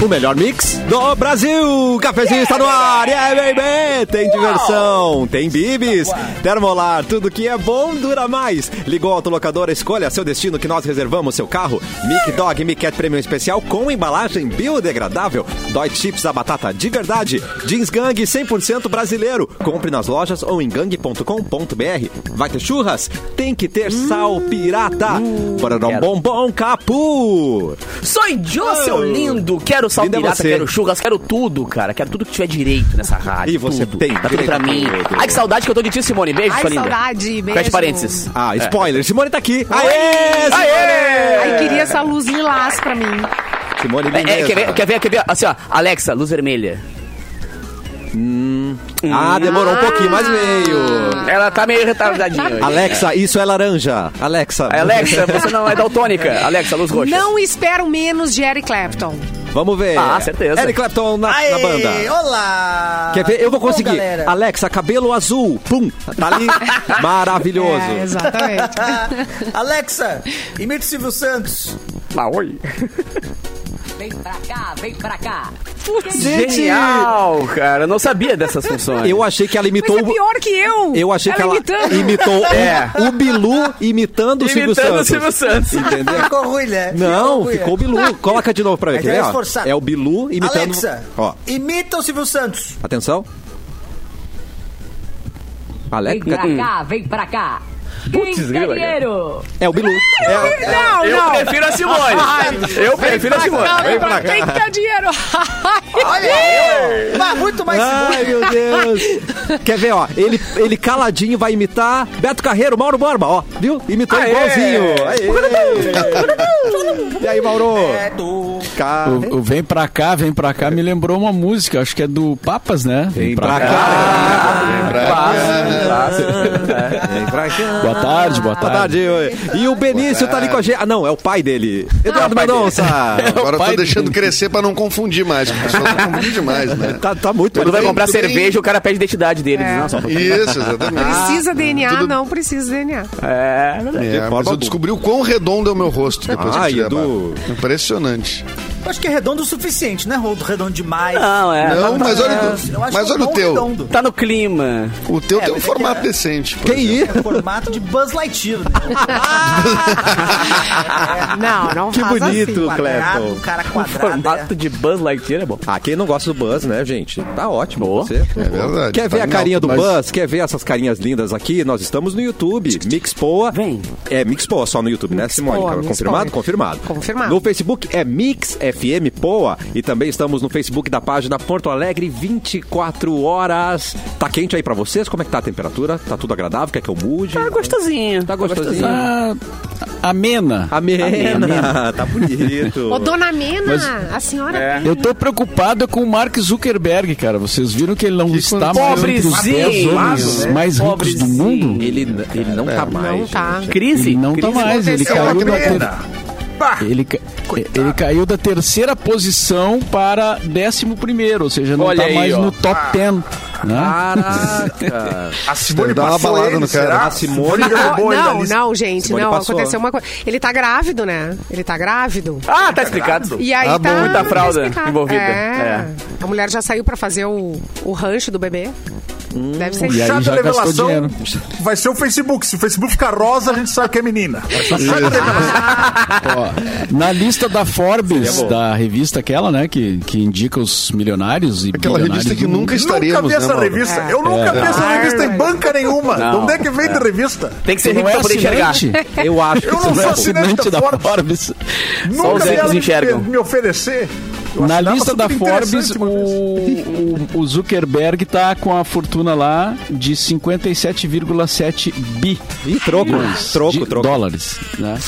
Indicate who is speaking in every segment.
Speaker 1: o melhor mix do Brasil. O cafezinho está no ar. Yeah, baby! Tem diversão, tem bibis, termolar, tudo que é bom dura mais. Ligou a autolocadora, escolha seu destino que nós reservamos seu carro. Mic Dog Mic Cat Premium Especial com embalagem biodegradável. Dói Chips a batata de verdade. Jeans Gang 100% brasileiro. Compre nas lojas ou em gang.com.br. Vai ter churras? Tem que ter sal pirata. Bororom
Speaker 2: quero.
Speaker 1: bombom capu.
Speaker 2: Sou Jô, seu lindo! Quero sal
Speaker 1: Linda Ah, é
Speaker 2: pirata,
Speaker 1: você.
Speaker 2: quero churras, quero tudo, cara. Quero tudo que tiver direito nessa rádio.
Speaker 1: E você
Speaker 2: tudo.
Speaker 1: tem
Speaker 2: Dá tudo
Speaker 1: direito
Speaker 2: pra
Speaker 1: a
Speaker 2: mim.
Speaker 1: tudo.
Speaker 2: Ai, que saudade que eu tô de ti, Simone. Beijo,
Speaker 3: Ai,
Speaker 2: sua linda.
Speaker 3: saudade,
Speaker 2: Fecha
Speaker 3: beijo.
Speaker 2: parênteses.
Speaker 1: Ah, spoiler. Simone tá aqui. Aê!
Speaker 2: Aê! Aê!
Speaker 3: É. Ai, queria essa luz lilás pra mim.
Speaker 1: Simone
Speaker 2: É, é,
Speaker 1: Menezes.
Speaker 2: quer ver, quer ver, quer ver? Assim, ó. Alexa, luz vermelha.
Speaker 1: Ah, demorou um pouquinho, mas veio.
Speaker 2: Ela tá meio retardadinha. hoje.
Speaker 1: Alexa, isso é laranja. Alexa.
Speaker 2: Alexa, você não é daltônica. Alexa, luz roxa.
Speaker 3: Não espero menos de Eric Clapton.
Speaker 1: Vamos ver.
Speaker 2: Ah, certeza.
Speaker 1: Eric Clapton na,
Speaker 4: Aê,
Speaker 1: na banda.
Speaker 4: Olá!
Speaker 1: Quer ver? Eu vou
Speaker 4: Bom,
Speaker 1: conseguir.
Speaker 4: galera.
Speaker 1: Alexa, cabelo azul. Pum. Tá ali. Maravilhoso.
Speaker 3: É, exatamente.
Speaker 4: Alexa, imite o Silvio Santos.
Speaker 2: Ah, oi.
Speaker 5: Vem pra cá, vem pra cá.
Speaker 1: Gente,
Speaker 2: Genial, cara. Eu não sabia dessas funções.
Speaker 1: eu achei que ela
Speaker 3: Mas
Speaker 1: imitou.
Speaker 3: é
Speaker 1: o-
Speaker 3: pior que eu.
Speaker 1: Eu achei que ela
Speaker 3: imitando.
Speaker 1: imitou o-
Speaker 2: É.
Speaker 1: o Bilu imitando o Silvio
Speaker 2: Imitando o
Speaker 1: Santos.
Speaker 2: Silvio Santos.
Speaker 1: Entendeu?
Speaker 4: Ficou ruim, né?
Speaker 1: Não,
Speaker 4: ruim,
Speaker 1: ficou o
Speaker 4: né?
Speaker 1: Bilu. Coloca de novo pra ver.
Speaker 4: Mas
Speaker 1: Quer
Speaker 4: é
Speaker 1: ver? ó?
Speaker 4: esforçado.
Speaker 1: É o Bilu imitando.
Speaker 4: Alexa,
Speaker 1: Ó,
Speaker 4: imita o Silvio Santos.
Speaker 1: atenção.
Speaker 5: Vem
Speaker 1: Alexa,
Speaker 5: pra cá, vem pra cá.
Speaker 2: Putz, grila, cara.
Speaker 5: Interior.
Speaker 1: é o Bilu. É,
Speaker 3: Não,
Speaker 2: Eu
Speaker 3: não.
Speaker 2: prefiro a Simone. Eu prefiro a Simone.
Speaker 3: Não,
Speaker 2: Vem
Speaker 3: pra
Speaker 2: pra cá.
Speaker 3: quem quer dinheiro? Ah,
Speaker 4: Olha aí, ó. Mas muito mais
Speaker 1: Ai,
Speaker 4: seguro.
Speaker 1: meu Deus. Quer ver, ó? Ele, ele caladinho vai imitar Beto Carreiro, Mauro Borba, ó. Viu? Imitou
Speaker 2: Aê!
Speaker 1: igualzinho. Aê. E aí, Mauro?
Speaker 4: É do...
Speaker 1: Cara,
Speaker 6: O, o Vem Pra Cá, Vem Pra Cá me lembrou uma música, acho que é do Papas, né?
Speaker 1: Vem pra cá. Vem pra cá.
Speaker 6: Boa tarde, boa
Speaker 1: Boa
Speaker 6: tarde.
Speaker 1: tarde. oi. E o Benício tá ali com a gente. Ah, não, é o pai dele. Eduardo Mendonça.
Speaker 7: Agora eu tô
Speaker 6: pai
Speaker 7: deixando crescer pra não confundir mais, porque o pessoal tá confundindo demais, né?
Speaker 1: Tá, tá muito
Speaker 2: Quando vai
Speaker 1: parecido.
Speaker 2: comprar
Speaker 7: Tudo bem.
Speaker 2: cerveja, o cara pede identidade dele. Diz, não, só pra-
Speaker 7: Isso, exatamente.
Speaker 3: Precisa DNA?
Speaker 7: tudo-
Speaker 3: Não precisa DNA.
Speaker 2: É,
Speaker 7: É, mas eu descobri o quão redondo é o meu rosto depois
Speaker 1: Ah,
Speaker 7: que eu tirei a
Speaker 1: Edu.
Speaker 7: barba. Impressionante.
Speaker 4: Acho que é redondo o suficiente, né? Rodo redondo demais.
Speaker 2: Não, é.
Speaker 7: Não,
Speaker 2: tá,
Speaker 7: mas olha,
Speaker 4: Eu acho
Speaker 7: mas
Speaker 4: que é
Speaker 7: olha
Speaker 4: um
Speaker 7: o
Speaker 4: bom
Speaker 7: teu.
Speaker 4: redondo.
Speaker 2: tá no clima.
Speaker 7: O teu
Speaker 4: É,
Speaker 7: tem um
Speaker 4: mas é que
Speaker 7: formato
Speaker 4: é-
Speaker 7: decente. por
Speaker 1: Que
Speaker 7: exemplo.
Speaker 1: isso?
Speaker 4: É formato de Buzz Lightyear, né?
Speaker 3: Não, não
Speaker 1: Que
Speaker 3: faz
Speaker 1: bonito,
Speaker 3: assim.
Speaker 4: Quadrado,
Speaker 1: Clepton.
Speaker 4: um cara
Speaker 2: O
Speaker 4: quadrado.
Speaker 2: formato de Buzz Lightyear é bom.
Speaker 1: Ah, quem não gosta do Buzz, né, gente? Tá ótimo.
Speaker 2: Boa.
Speaker 1: Você.
Speaker 7: É verdade.
Speaker 1: Quer ver
Speaker 7: Tá
Speaker 1: a
Speaker 7: em
Speaker 1: carinha
Speaker 7: alta,
Speaker 1: do
Speaker 7: mas-
Speaker 1: Buzz? Quer ver essas carinhas lindas aqui? Nós estamos no YouTube, Mixpoa.
Speaker 2: Vem.
Speaker 1: É, Mixpoa só no YouTube, né, Simone?
Speaker 3: Mixpoa,
Speaker 1: Confirmado?
Speaker 3: Mixpoa.
Speaker 1: Confirmado.
Speaker 3: Confirmado.
Speaker 1: No Facebook é Mix FM Poa e também estamos no Facebook da página Porto Alegre 24 horas. Tá quente aí pra vocês? Como é que tá a temperatura? Tá tudo agradável? Quer que eu mude?
Speaker 2: Tá gostosinho.
Speaker 1: Tá gostosinho.
Speaker 6: Ah, amena.
Speaker 1: Amena. Tá bonito.
Speaker 3: Ô, dona Mena, a senhora...
Speaker 6: Eu tô preocupado com o Mark Zuckerberg, cara. Vocês viram que ele não está mais entre os 10
Speaker 2: Pobrezinho.
Speaker 6: homens mais ricos do
Speaker 2: Pobrezinho.
Speaker 6: mundo?
Speaker 1: Ele, ele não tá mais.
Speaker 3: Não tá.
Speaker 2: Crise?
Speaker 6: Ele não tá
Speaker 2: Crise.
Speaker 6: mais, ele
Speaker 3: aconteceu?
Speaker 6: caiu da ter...
Speaker 4: Pena.
Speaker 6: ele, ca- ele caiu da terceira posição para décimo primeiro, ou seja, não
Speaker 2: Olha
Speaker 6: tá
Speaker 2: aí,
Speaker 6: mais
Speaker 2: ó.
Speaker 6: no top
Speaker 2: Ah,
Speaker 6: 10. Né?
Speaker 1: Caraca.
Speaker 4: é.
Speaker 8: A Simone
Speaker 7: Deve dar uma
Speaker 8: passou
Speaker 7: balada
Speaker 8: ele,
Speaker 7: no cara.
Speaker 8: será?
Speaker 1: né? A Simone
Speaker 3: Não,
Speaker 8: derrubou ele da
Speaker 3: não,
Speaker 8: lista.
Speaker 3: não, gente,
Speaker 1: Simone
Speaker 3: não,
Speaker 1: passou.
Speaker 3: aconteceu uma coisa. Ele tá grávido, né? Ele tá grávido.
Speaker 2: Ah, tá explicado.
Speaker 3: E aí
Speaker 7: Ah,
Speaker 3: tá
Speaker 7: bom.
Speaker 2: Muita fralda
Speaker 3: explicado.
Speaker 2: envolvida.
Speaker 3: É. A mulher já saiu pra fazer o, o rancho do bebê. Deve
Speaker 7: Hum.
Speaker 3: ser
Speaker 6: E aí
Speaker 8: Chata
Speaker 6: já gastou
Speaker 8: revelação
Speaker 6: dinheiro.
Speaker 8: vai ser o Facebook. Se o Facebook ficar rosa, a gente sabe que é menina.
Speaker 6: Ó, na lista da Forbes, da revista aquela, né, que, que indica os milionários e
Speaker 7: Aquela
Speaker 6: bilionários
Speaker 7: revista que
Speaker 6: do
Speaker 7: nunca
Speaker 6: mundo.
Speaker 7: estaremos,
Speaker 8: nunca vi essa
Speaker 7: né, Mauro?
Speaker 8: revista. Ah, Eu nunca vi essa revista em banca nenhuma. De
Speaker 2: Não.
Speaker 8: Onde é que vem de revista?
Speaker 2: Tem que ser
Speaker 6: Você
Speaker 2: rico
Speaker 6: não é
Speaker 2: pra poder enxergar.
Speaker 6: assinante?
Speaker 1: Eu acho que
Speaker 8: Eu não
Speaker 1: você
Speaker 2: né,
Speaker 6: Você
Speaker 8: sou
Speaker 6: não é
Speaker 8: assinante
Speaker 6: assinante
Speaker 8: da
Speaker 6: da Forbes.
Speaker 8: Nunca
Speaker 2: os
Speaker 8: vi
Speaker 2: ricos
Speaker 8: ela me-
Speaker 2: enxergam.
Speaker 8: me oferecer. Eu
Speaker 6: Na
Speaker 8: assinava
Speaker 6: lista da
Speaker 8: super interessante
Speaker 6: Forbes, o,
Speaker 8: uma vez.
Speaker 6: o- o Zuckerberg tá com a fortuna lá de 57,7 bi
Speaker 1: Ih, troco.
Speaker 6: de
Speaker 1: Ah, Troco, troco.
Speaker 6: dólares. Né?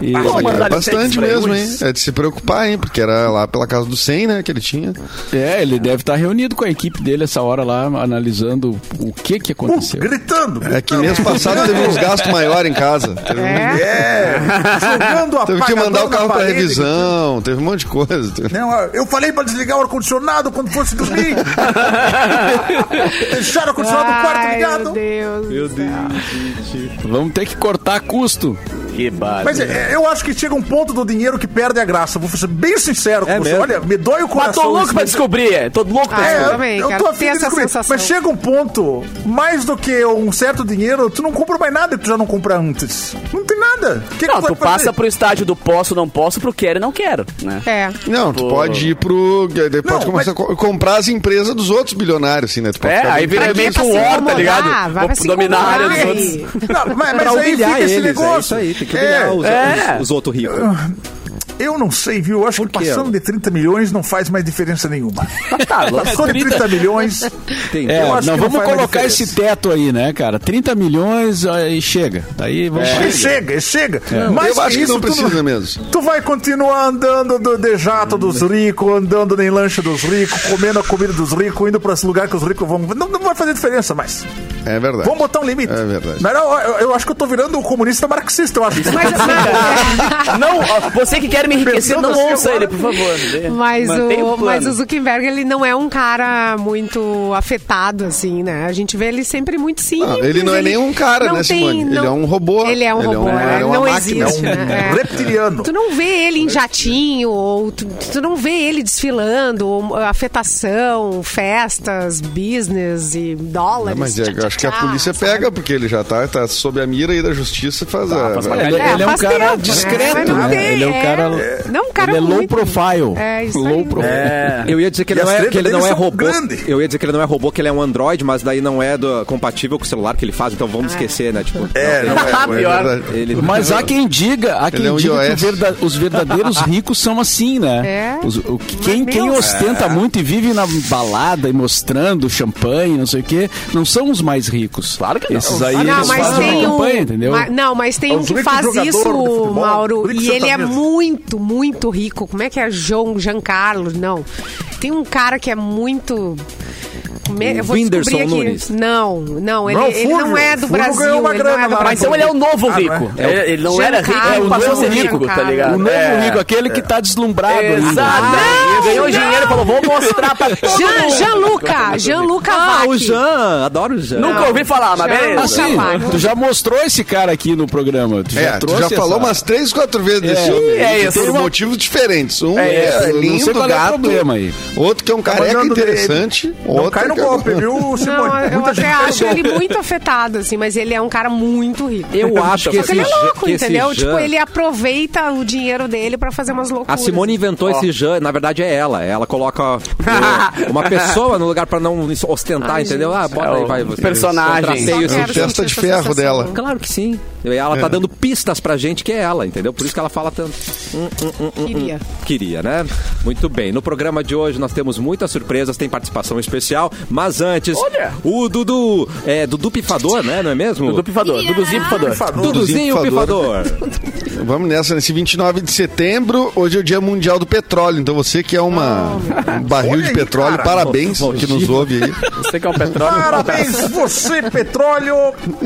Speaker 6: E-
Speaker 2: Vamos
Speaker 7: Olha,
Speaker 2: mandar
Speaker 7: é bastante
Speaker 2: licença pra
Speaker 7: mesmo, hein?
Speaker 2: eles.
Speaker 7: É de se preocupar, hein? Porque era lá pela casa do 100, né? Que ele tinha.
Speaker 6: é, ele deve estar reunido com a equipe dele essa hora lá, analisando o que, que
Speaker 8: Uh,
Speaker 6: aconteceu.
Speaker 8: gritando.
Speaker 7: É que mês passado teve uns gastos maiores em casa. Teve,
Speaker 8: É, jogando a
Speaker 7: teve que mandar o carro pra
Speaker 8: parede.
Speaker 7: revisão, teve um monte de coisa.
Speaker 8: Não, eu falei pra desligar o ar-condicionado quando fosse dormir. Deixaram o ar-condicionado do quarto
Speaker 3: Ai,
Speaker 8: ligado.
Speaker 3: meu Deus.
Speaker 1: Meu Deus.
Speaker 6: Vamos ter que cortar custo.
Speaker 2: Que barulho.
Speaker 8: Mas é, eu acho que chega um ponto do dinheiro que perde a graça. Vou ser bem sincero com
Speaker 1: É
Speaker 8: você.
Speaker 1: mesmo?
Speaker 8: Olha, me dói o
Speaker 2: Mas
Speaker 8: coração.
Speaker 2: tô louco
Speaker 8: isso,
Speaker 2: pra
Speaker 8: mas-
Speaker 2: descobrir. Tô louco pra
Speaker 3: Ah,
Speaker 8: assim. É,
Speaker 3: eu
Speaker 8: eu
Speaker 2: descobrir.
Speaker 3: também,
Speaker 8: eu
Speaker 3: quero
Speaker 8: tô
Speaker 3: ter
Speaker 8: afim de
Speaker 3: essa
Speaker 8: descobrir.
Speaker 3: sensação.
Speaker 8: Mas chega um ponto, mais do que um certo dinheiro, tu não compra mais nada que tu já não compra antes. Não tem nada. O que que
Speaker 2: Não,
Speaker 8: vai
Speaker 2: tu passa
Speaker 8: fazer?
Speaker 2: pro estágio do posso, não posso, pro quero e não quero, né?
Speaker 3: É.
Speaker 7: Não, tu pode ir pro. eh, Pode
Speaker 8: Não,
Speaker 7: começar a co- comprar as empresas dos outros bilionários, assim, né? Tu pode
Speaker 2: É,
Speaker 7: ficar
Speaker 2: aí
Speaker 7: bem-
Speaker 2: vira
Speaker 3: Pra quê?
Speaker 2: meio que
Speaker 3: Pra
Speaker 2: um
Speaker 3: se
Speaker 2: war, tá
Speaker 3: incomodar,
Speaker 2: ligado?
Speaker 3: vai pra
Speaker 2: Vou
Speaker 3: se
Speaker 2: dominar a área dos
Speaker 3: incomodar,
Speaker 2: outros.
Speaker 3: aí.
Speaker 8: Não, mas, mas
Speaker 1: Pra
Speaker 8: aí
Speaker 1: humilhar
Speaker 8: fica esse
Speaker 1: eles, é isso
Speaker 8: negócio.
Speaker 1: aí, tem que
Speaker 8: É,
Speaker 1: humilhar os,
Speaker 2: é.
Speaker 1: os- os outros ricos.
Speaker 8: Eu não sei, viu? Eu acho que
Speaker 1: quê?
Speaker 8: passando de 30 milhões não faz mais diferença nenhuma.
Speaker 2: Tá, louco.
Speaker 8: Passou de 30 milhões.
Speaker 1: Tem-
Speaker 6: É,
Speaker 8: Eu acho
Speaker 6: não,
Speaker 8: que não
Speaker 6: vamos
Speaker 8: faz mais
Speaker 6: colocar
Speaker 8: diferença.
Speaker 6: esse teto aí, né, cara? 30 milhões aí chega. Daí vamos
Speaker 8: E
Speaker 6: é.
Speaker 8: chega, e chega. Mas
Speaker 7: Eu acho que
Speaker 8: isso
Speaker 7: não
Speaker 8: tu
Speaker 7: precisa mesmo.
Speaker 8: Tu vai continuar andando do, de jato dos ricos, andando em lanche dos ricos, comendo a comida dos ricos, indo para esse lugar que os ricos vão. Não, não vai fazer diferença mais.
Speaker 7: É verdade.
Speaker 8: Vamos botar um limite.
Speaker 7: É verdade.
Speaker 8: Não, não, eu, eu acho que eu tô virando um comunista marxista, eu acho. tá
Speaker 3: Mas,
Speaker 2: Não, ó, você que quer me enriquecer,
Speaker 8: Pensando
Speaker 2: não
Speaker 8: assim
Speaker 2: ouça
Speaker 8: agora-
Speaker 2: ele, por favor. né?
Speaker 3: mas,
Speaker 2: Mantenha
Speaker 3: o,
Speaker 2: plano.
Speaker 3: mas o Zuckerberg, ele não é um cara muito afetado, assim, né? A gente vê ele sempre muito simples.
Speaker 7: Ah, ele não é nem um cara,
Speaker 3: não
Speaker 7: né,
Speaker 3: tem-
Speaker 7: Simone? Ele é um robô.
Speaker 3: Ele é um
Speaker 7: Ele é um-
Speaker 3: robô, né?
Speaker 7: ele é uma
Speaker 3: não
Speaker 7: máquina,
Speaker 3: existe,
Speaker 8: é um
Speaker 3: né? É.
Speaker 8: reptiliano.
Speaker 3: Tu não vê ele em jatinho, ou tu, tu não vê ele desfilando, ou uh, afetação, festas, business e
Speaker 7: É,
Speaker 3: dólares.
Speaker 7: mas é,
Speaker 3: tchá,
Speaker 7: eu acho que a
Speaker 3: tchá,
Speaker 7: polícia
Speaker 3: Ah, sabe?
Speaker 7: pega, porque ele já tá, tá sob a mira aí da justiça e
Speaker 8: Tá,
Speaker 7: faz a.
Speaker 2: faz uma
Speaker 6: Ele,
Speaker 3: É,
Speaker 6: ele é um
Speaker 3: faz
Speaker 6: cara
Speaker 3: tempo, né? Mas
Speaker 6: discreto,
Speaker 3: não
Speaker 6: né?
Speaker 3: tem,
Speaker 6: Ele é um cara.
Speaker 3: é. Não, um cara
Speaker 6: ele é low
Speaker 3: muito-
Speaker 6: profile.
Speaker 3: É, isso
Speaker 6: low
Speaker 3: aí.
Speaker 6: profile.
Speaker 2: É.
Speaker 1: Eu ia dizer que ele
Speaker 8: E
Speaker 1: não
Speaker 8: as
Speaker 1: é,
Speaker 8: tretas
Speaker 1: que ele não
Speaker 8: deles
Speaker 1: é
Speaker 8: são
Speaker 1: robô.
Speaker 8: grandes.
Speaker 1: Eu ia dizer que ele não é robô, que ele é um Android, mas daí não é do- compatível com o celular que ele faz, então vamos
Speaker 3: Ah,
Speaker 1: esquecer, né? Tipo,
Speaker 8: É, não é.
Speaker 7: É verdade.
Speaker 1: ele
Speaker 6: Mas há quem diga, há quem
Speaker 7: é um
Speaker 6: diga que
Speaker 7: iOS.
Speaker 6: o verda- os verdadeiros ricos são assim, né?
Speaker 3: É.
Speaker 6: Os- o que- quem,
Speaker 3: Mas,
Speaker 6: quem
Speaker 3: meu-
Speaker 6: ostenta muito e vive na balada e mostrando champanhe, não sei o quê, não são os mais ricos. Claro que não. Esses aí
Speaker 3: Ah, não,
Speaker 6: eles
Speaker 3: mas
Speaker 6: fazem
Speaker 3: tem
Speaker 6: uma
Speaker 3: um,
Speaker 6: campanha, entendeu?
Speaker 3: ma- não, mas tem um
Speaker 8: Os
Speaker 3: que
Speaker 8: ricos
Speaker 3: faz
Speaker 8: jogadores
Speaker 3: isso,
Speaker 8: de futebol,
Speaker 3: Mauro,
Speaker 8: os ricos
Speaker 3: e ele é
Speaker 8: sertanejos.
Speaker 3: muito, muito rico. Como é que é João, Giancarlo? Não. Tem um cara que é muito como é-
Speaker 1: O
Speaker 3: eu vou
Speaker 1: Whindersson
Speaker 3: descobrir aqui.
Speaker 1: Nunes.
Speaker 3: Não, não, ele,
Speaker 8: Não,
Speaker 3: ele não
Speaker 8: Fulvio.
Speaker 3: é do
Speaker 8: Fulvio ganhou
Speaker 3: Brasil.
Speaker 8: uma
Speaker 3: ele não
Speaker 8: grana
Speaker 3: é do
Speaker 8: lá,
Speaker 2: Mas
Speaker 3: Brasil.
Speaker 2: então ele é o novo
Speaker 8: Ah, não é?
Speaker 2: rico. Ele, ele não era rico,
Speaker 3: Giancarlo,
Speaker 2: ele passou a ser
Speaker 3: Giancarlo.
Speaker 2: rico, tá ligado?
Speaker 6: O novo
Speaker 2: É.
Speaker 6: rico, aquele que tá deslumbrado. ainda.
Speaker 2: Exato. Ele ganhou dinheiro e falou, vou mostrar pra todo
Speaker 3: Jean,
Speaker 2: mundo.
Speaker 3: Gianluca, Gianluca
Speaker 1: Ah, o
Speaker 3: Vac.
Speaker 1: Jean, adoro o Jean.
Speaker 2: Nunca ouvi falar, mas
Speaker 3: Jean-
Speaker 2: beleza.
Speaker 6: Assim,
Speaker 3: Cavalo.
Speaker 6: tu já mostrou esse cara aqui no programa. Tu
Speaker 7: É,
Speaker 6: já
Speaker 7: tu
Speaker 6: trouxe
Speaker 7: já falou
Speaker 6: essa-
Speaker 7: umas três, quatro vezes desse
Speaker 6: É,
Speaker 7: homem.
Speaker 2: é
Speaker 7: que
Speaker 2: isso.
Speaker 7: Por
Speaker 2: Uma-
Speaker 7: motivos diferentes. Um
Speaker 2: É,
Speaker 7: é,
Speaker 2: é,
Speaker 6: eu não sei
Speaker 7: lindo,
Speaker 6: qual é o
Speaker 7: gato.
Speaker 6: problema aí.
Speaker 7: Outro que é um careca
Speaker 8: mandando
Speaker 7: interessante. Outro
Speaker 8: Não cai no
Speaker 7: que é-
Speaker 8: golpe, viu, Simone?
Speaker 3: Não, eu
Speaker 8: Muita gente
Speaker 3: até acho
Speaker 8: pegou.
Speaker 3: ele muito afetado, assim, mas ele é um cara muito rico.
Speaker 1: Eu
Speaker 3: Só
Speaker 1: acho que
Speaker 3: que
Speaker 1: esse
Speaker 3: ele é
Speaker 1: Jean-
Speaker 3: louco,
Speaker 1: que esse
Speaker 3: entendeu? Tipo,
Speaker 1: Jean-
Speaker 8: é
Speaker 3: ele aproveita o dinheiro dele pra fazer umas
Speaker 1: A
Speaker 3: loucuras.
Speaker 1: Simone inventou esse Jean, na verdade é ela. Ela coloca o- uma pessoa no lugar pra não ostentar,
Speaker 3: Ai,
Speaker 1: entendeu? Ah, bota
Speaker 2: É
Speaker 1: aí,
Speaker 2: o
Speaker 1: vai você.
Speaker 2: personagem.
Speaker 1: Contraceio,
Speaker 3: Só
Speaker 1: assim.
Speaker 7: É o
Speaker 3: quero sentir
Speaker 7: testa de
Speaker 3: essa
Speaker 7: ferro
Speaker 3: sensação.
Speaker 7: dela.
Speaker 1: Claro que sim. Ela tá dando pistas pra gente que é ela, entendeu? Por isso que ela fala tanto.
Speaker 3: Queria.
Speaker 1: Queria, né? Muito bem. No programa de hoje nós temos muitas surpresas, tem participação especial, mas antes,
Speaker 2: Olha!
Speaker 1: o Dudu, é, Dudu Pifador, né? Não é mesmo?
Speaker 2: Dudu Pifador, Duduzinho Pifador.
Speaker 1: Duduzinho Pifador.
Speaker 7: Pifador. Vamos nessa, nesse 29 de setembro, hoje é o Dia Mundial do Petróleo. Então você que é uma, um barril
Speaker 8: Ah, Olha
Speaker 7: de
Speaker 8: aí,
Speaker 7: petróleo,
Speaker 8: cara.
Speaker 7: parabéns que nos ouve aí.
Speaker 2: Você que é o petróleo.
Speaker 8: Parabéns, você, petróleo.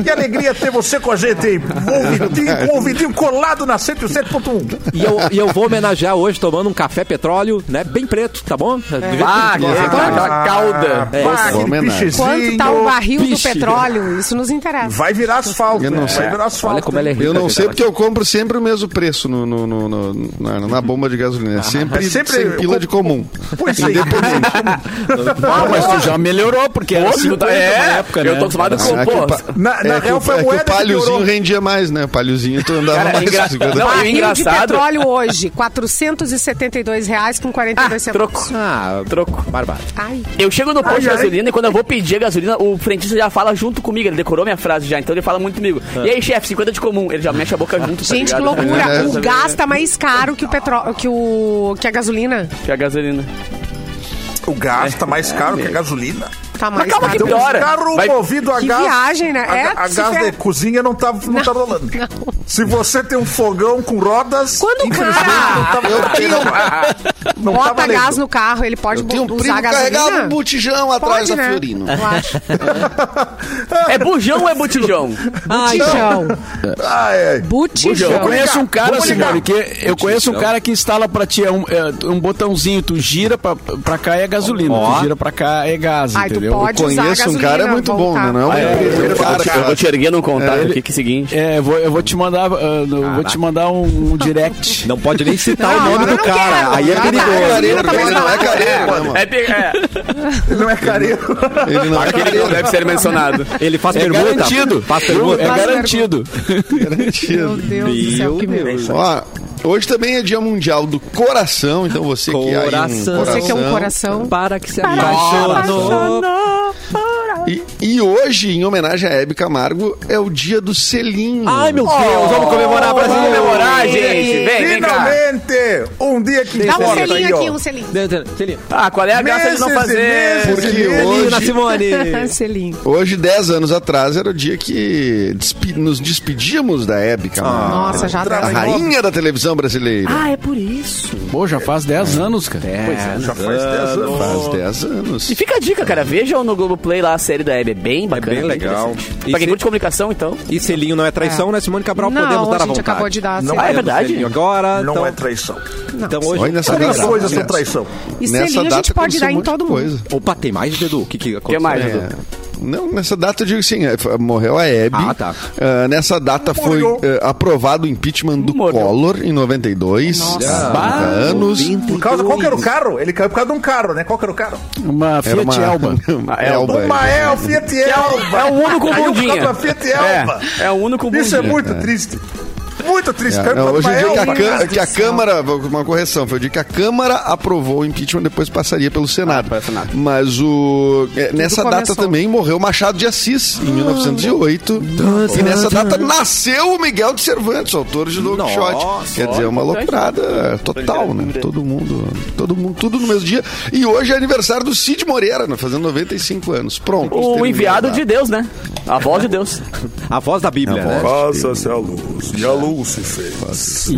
Speaker 8: Que alegria ter você com a gente. aí.
Speaker 7: É
Speaker 8: Ouvidinho, com ouvidinho colado na 107.1.
Speaker 1: E eu, e eu vou homenagear hoje tomando um café petróleo, né? Bem preto, tá bom? Do jeito que-
Speaker 2: Ah,
Speaker 7: É
Speaker 2: que- aquela cauda.
Speaker 1: É,
Speaker 8: Pá,
Speaker 1: esse-
Speaker 8: aquele
Speaker 7: homenagem.
Speaker 3: Quanto tá o barril
Speaker 1: Vixe.
Speaker 3: do petróleo? Isso nos interessa.
Speaker 8: Vai virar asfalto.
Speaker 7: Eu não
Speaker 8: né?
Speaker 7: sei.
Speaker 8: Vai virar asfalto.
Speaker 1: Olha como ela é rica.
Speaker 7: Eu não sei
Speaker 1: cara.
Speaker 7: porque eu compro sempre o mesmo preço no, no- no- no- na, na bomba de gasolina. É sempre,
Speaker 8: É sempre-
Speaker 7: sem pila de comum.
Speaker 8: Pois é.
Speaker 6: Ah, mas tu já melhorou, porque era
Speaker 2: Óbvio, tá-
Speaker 6: 50 na
Speaker 2: é,
Speaker 6: época, né?
Speaker 2: eu tô acostumado
Speaker 7: Não,
Speaker 2: com,
Speaker 7: é que o
Speaker 2: pô,
Speaker 7: pa-
Speaker 8: Na- na
Speaker 7: é que
Speaker 8: real
Speaker 7: o-
Speaker 8: foi a
Speaker 7: é que
Speaker 8: moeda
Speaker 7: o
Speaker 8: que
Speaker 7: paliozinho
Speaker 8: piorou.
Speaker 7: rendia mais, né? O paliozinho tu andava
Speaker 2: Cara, é
Speaker 7: mais.
Speaker 2: engra- Não,
Speaker 7: 50.
Speaker 2: e o
Speaker 3: Barril de
Speaker 2: engraçado-
Speaker 3: petróleo hoje, 472 reais com 42
Speaker 2: Ah,
Speaker 3: centavos.
Speaker 2: troco.
Speaker 1: Ah,
Speaker 2: Troco.
Speaker 1: barbado.
Speaker 3: Ai,
Speaker 2: Eu chego no posto
Speaker 8: Ai,
Speaker 2: de
Speaker 8: ai.
Speaker 2: gasolina e quando eu vou pedir a gasolina, o frentista já fala junto comigo. Ele decorou minha frase já, então ele fala muito comigo. E aí, chefe, 50 de comum. Ele já mexe a boca junto, tá
Speaker 3: gente, que
Speaker 2: ligado?
Speaker 3: loucura.
Speaker 7: É.
Speaker 3: O gás tá mais caro que o petróleo, que, o, que a gasolina.
Speaker 2: É, Que a gasolina.
Speaker 8: O gás tá mais caro que a gasolina.
Speaker 3: Tá mais
Speaker 2: calma que
Speaker 3: caro.
Speaker 2: pior. Piora.
Speaker 8: um Carro
Speaker 2: Vai-
Speaker 8: movido a
Speaker 3: Que
Speaker 8: gás.
Speaker 3: viagem, né?
Speaker 8: A,
Speaker 3: É,
Speaker 8: ga- a
Speaker 3: se
Speaker 8: gás
Speaker 3: ferra.
Speaker 8: de cozinha não tá, não tá rolando. Se você tem um fogão com rodas.
Speaker 3: Quando o
Speaker 8: infelizmente,
Speaker 3: cara-
Speaker 8: Não tava,
Speaker 7: Eu tenho-
Speaker 8: não, não tá
Speaker 3: Bota
Speaker 8: valendo.
Speaker 3: gás no carro, ele pode
Speaker 7: Eu tinha um
Speaker 3: bo-
Speaker 7: primo
Speaker 3: usar a
Speaker 7: carregava um
Speaker 3: gasolina?
Speaker 7: botijão atrás
Speaker 3: Pode,
Speaker 7: da
Speaker 3: né?
Speaker 7: Fiorino.
Speaker 3: Eu acho.
Speaker 2: É bujão ou é botijão?
Speaker 3: Botijão.
Speaker 8: Ai, ai.
Speaker 6: Eu
Speaker 3: Botijão.
Speaker 6: conheço um cara,
Speaker 8: Vamos ligar.
Speaker 6: Simone, que eu conheço um cara que instala pra ti é um, é um botãozinho, tu gira pra, pra cá é gasolina,
Speaker 1: Ó.
Speaker 6: tu gira pra cá é gás,
Speaker 3: Ai, tu
Speaker 6: entendeu?
Speaker 3: pode
Speaker 7: eu
Speaker 3: usar
Speaker 7: conheço um
Speaker 3: gasolina,
Speaker 7: cara muito bom,
Speaker 3: voltar.
Speaker 7: né? Não é um
Speaker 6: Ah, é,
Speaker 7: primeiro
Speaker 6: eu-
Speaker 7: cara,
Speaker 2: Eu vou
Speaker 7: cara.
Speaker 2: te erguer num contato
Speaker 7: É, ele-
Speaker 2: aqui que é o seguinte.
Speaker 6: É, eu vou, eu vou te mandar, ah, eu vou te mandar um, um direct.
Speaker 1: Não pode nem citar
Speaker 3: Não,
Speaker 1: o nome
Speaker 3: agora
Speaker 1: do
Speaker 3: não
Speaker 1: cara.
Speaker 3: quero.
Speaker 1: Aí é
Speaker 3: Ah, tá,
Speaker 1: perigoso.
Speaker 3: agora-
Speaker 7: Careiro, porque ele não é careiro, né, mano?
Speaker 2: É, pe- é,
Speaker 8: Não é careiro.
Speaker 7: Ele não é
Speaker 2: aquele que não deve ser mencionado.
Speaker 1: Ele faz
Speaker 6: É
Speaker 1: pergunta.
Speaker 6: garantido.
Speaker 1: Faz
Speaker 6: Eu-
Speaker 1: pergunta.
Speaker 6: é
Speaker 3: Faz
Speaker 6: garantido.
Speaker 3: Meu
Speaker 7: garantido.
Speaker 3: Deus do céu, que medo.
Speaker 7: Ó, hoje também é dia mundial do coração, então você que aí
Speaker 1: Coração.
Speaker 3: Você que é um coração.
Speaker 9: Para que se
Speaker 1: Apaixonou.
Speaker 7: E, e hoje, em homenagem a Hebe Camargo, é o dia do selinho.
Speaker 1: Ai, meu Deus. Vamos comemorar, Brasil.
Speaker 2: Vamos comemorar, gente. Vem, vem cá.
Speaker 8: Finalmente! Um dia que
Speaker 3: Dá um
Speaker 8: importa aí,
Speaker 3: selinho
Speaker 8: ó.
Speaker 3: aqui, um selinho.
Speaker 2: Ah, qual é a graça de não
Speaker 8: Meses e
Speaker 2: fazer?
Speaker 8: meses
Speaker 7: Porque
Speaker 8: e meses.
Speaker 1: Menina
Speaker 7: hoje,
Speaker 1: Simone.
Speaker 3: selinho.
Speaker 7: hoje, 10 anos atrás, era o dia que despe- nos despedíamos da Hebe Camargo.
Speaker 3: Nossa, Ah. já
Speaker 7: a
Speaker 3: dá.
Speaker 7: Ah,
Speaker 3: é
Speaker 7: rainha da televisão brasileira.
Speaker 6: Pô, já faz
Speaker 1: É.
Speaker 6: 10 anos, cara.
Speaker 8: Já faz 10 anos.
Speaker 7: Faz 10 anos.
Speaker 2: E fica a dica, cara. Vejam no Globoplay lá a série da Hebe. É bem bacana.
Speaker 1: bem legal.
Speaker 2: interessante.
Speaker 1: E
Speaker 2: Pra
Speaker 1: se-
Speaker 2: quem curte comunicação, então.
Speaker 1: E selinho não é traição, né, Simone Cabral? Podemos
Speaker 3: Não,
Speaker 1: dar
Speaker 3: a
Speaker 1: a
Speaker 3: gente
Speaker 1: vontade.
Speaker 3: acabou de dar.
Speaker 8: Não
Speaker 3: selinho.
Speaker 2: é
Speaker 1: Podemos
Speaker 2: verdade.
Speaker 1: selinho Agora,
Speaker 8: Não
Speaker 1: então,
Speaker 8: é traição.
Speaker 1: então hoje...
Speaker 7: Olha nessa
Speaker 8: Três
Speaker 7: data.
Speaker 8: coisas são
Speaker 7: Nessa-
Speaker 8: traição.
Speaker 3: E
Speaker 7: nessa
Speaker 3: selinho a gente
Speaker 7: data
Speaker 3: pode
Speaker 7: aconteceu
Speaker 3: dar em
Speaker 7: muita
Speaker 3: todo mundo.
Speaker 7: coisa.
Speaker 1: Opa, tem mais, Dudu? O que, que
Speaker 2: O que
Speaker 1: aconteceu?
Speaker 2: mais,
Speaker 7: É.
Speaker 2: Dudu?
Speaker 7: Não, nessa data eu digo assim, é, f- morreu a Hebe.
Speaker 1: Ah, tá.
Speaker 7: Ah, nessa data foi
Speaker 8: Morreu.
Speaker 7: eh, aprovado o impeachment do
Speaker 2: Morreu.
Speaker 7: Collor em 92, há 30 anos.
Speaker 8: Por causa, qual que era o carro? Ele caiu por causa de um carro, né? Qual que era o carro?
Speaker 6: Uma Fiat Elba.
Speaker 7: Uma Elba. é.
Speaker 8: Uma El, Fiat Elba.
Speaker 2: é o único
Speaker 8: Caiu por
Speaker 2: bundinha.
Speaker 8: causa da Fiat Elba.
Speaker 2: É o único
Speaker 8: Isso é
Speaker 2: bundinha.
Speaker 8: muito triste. Muito triste.
Speaker 7: É,
Speaker 8: Caiu
Speaker 7: não,
Speaker 8: por
Speaker 7: hoje
Speaker 8: causa
Speaker 7: em
Speaker 8: de
Speaker 7: dia
Speaker 8: uma
Speaker 7: que a,
Speaker 8: Elba.
Speaker 7: Cã- que a Câmara, uma correção, foi o dia que a Câmara aprovou o impeachment, depois passaria pelo Senado. Mas o é, nessa data
Speaker 3: começou.
Speaker 7: também morreu Machado de Assis, em 1908. E nessa data nasceu o Miguel de Cervantes, autor de Don Quixote. Quer dizer, é uma loucurada total, né? Todo mundo, todo mundo, tudo no mesmo dia. E hoje é aniversário do Cid Moreira, né? fazendo 95 anos. Pronto.
Speaker 2: O
Speaker 7: terminei
Speaker 2: enviado
Speaker 7: a
Speaker 2: de Deus, né? A voz de Deus.
Speaker 1: A voz da Bíblia, né?
Speaker 4: Passa-se a luz e a luz se fez.
Speaker 6: E, o,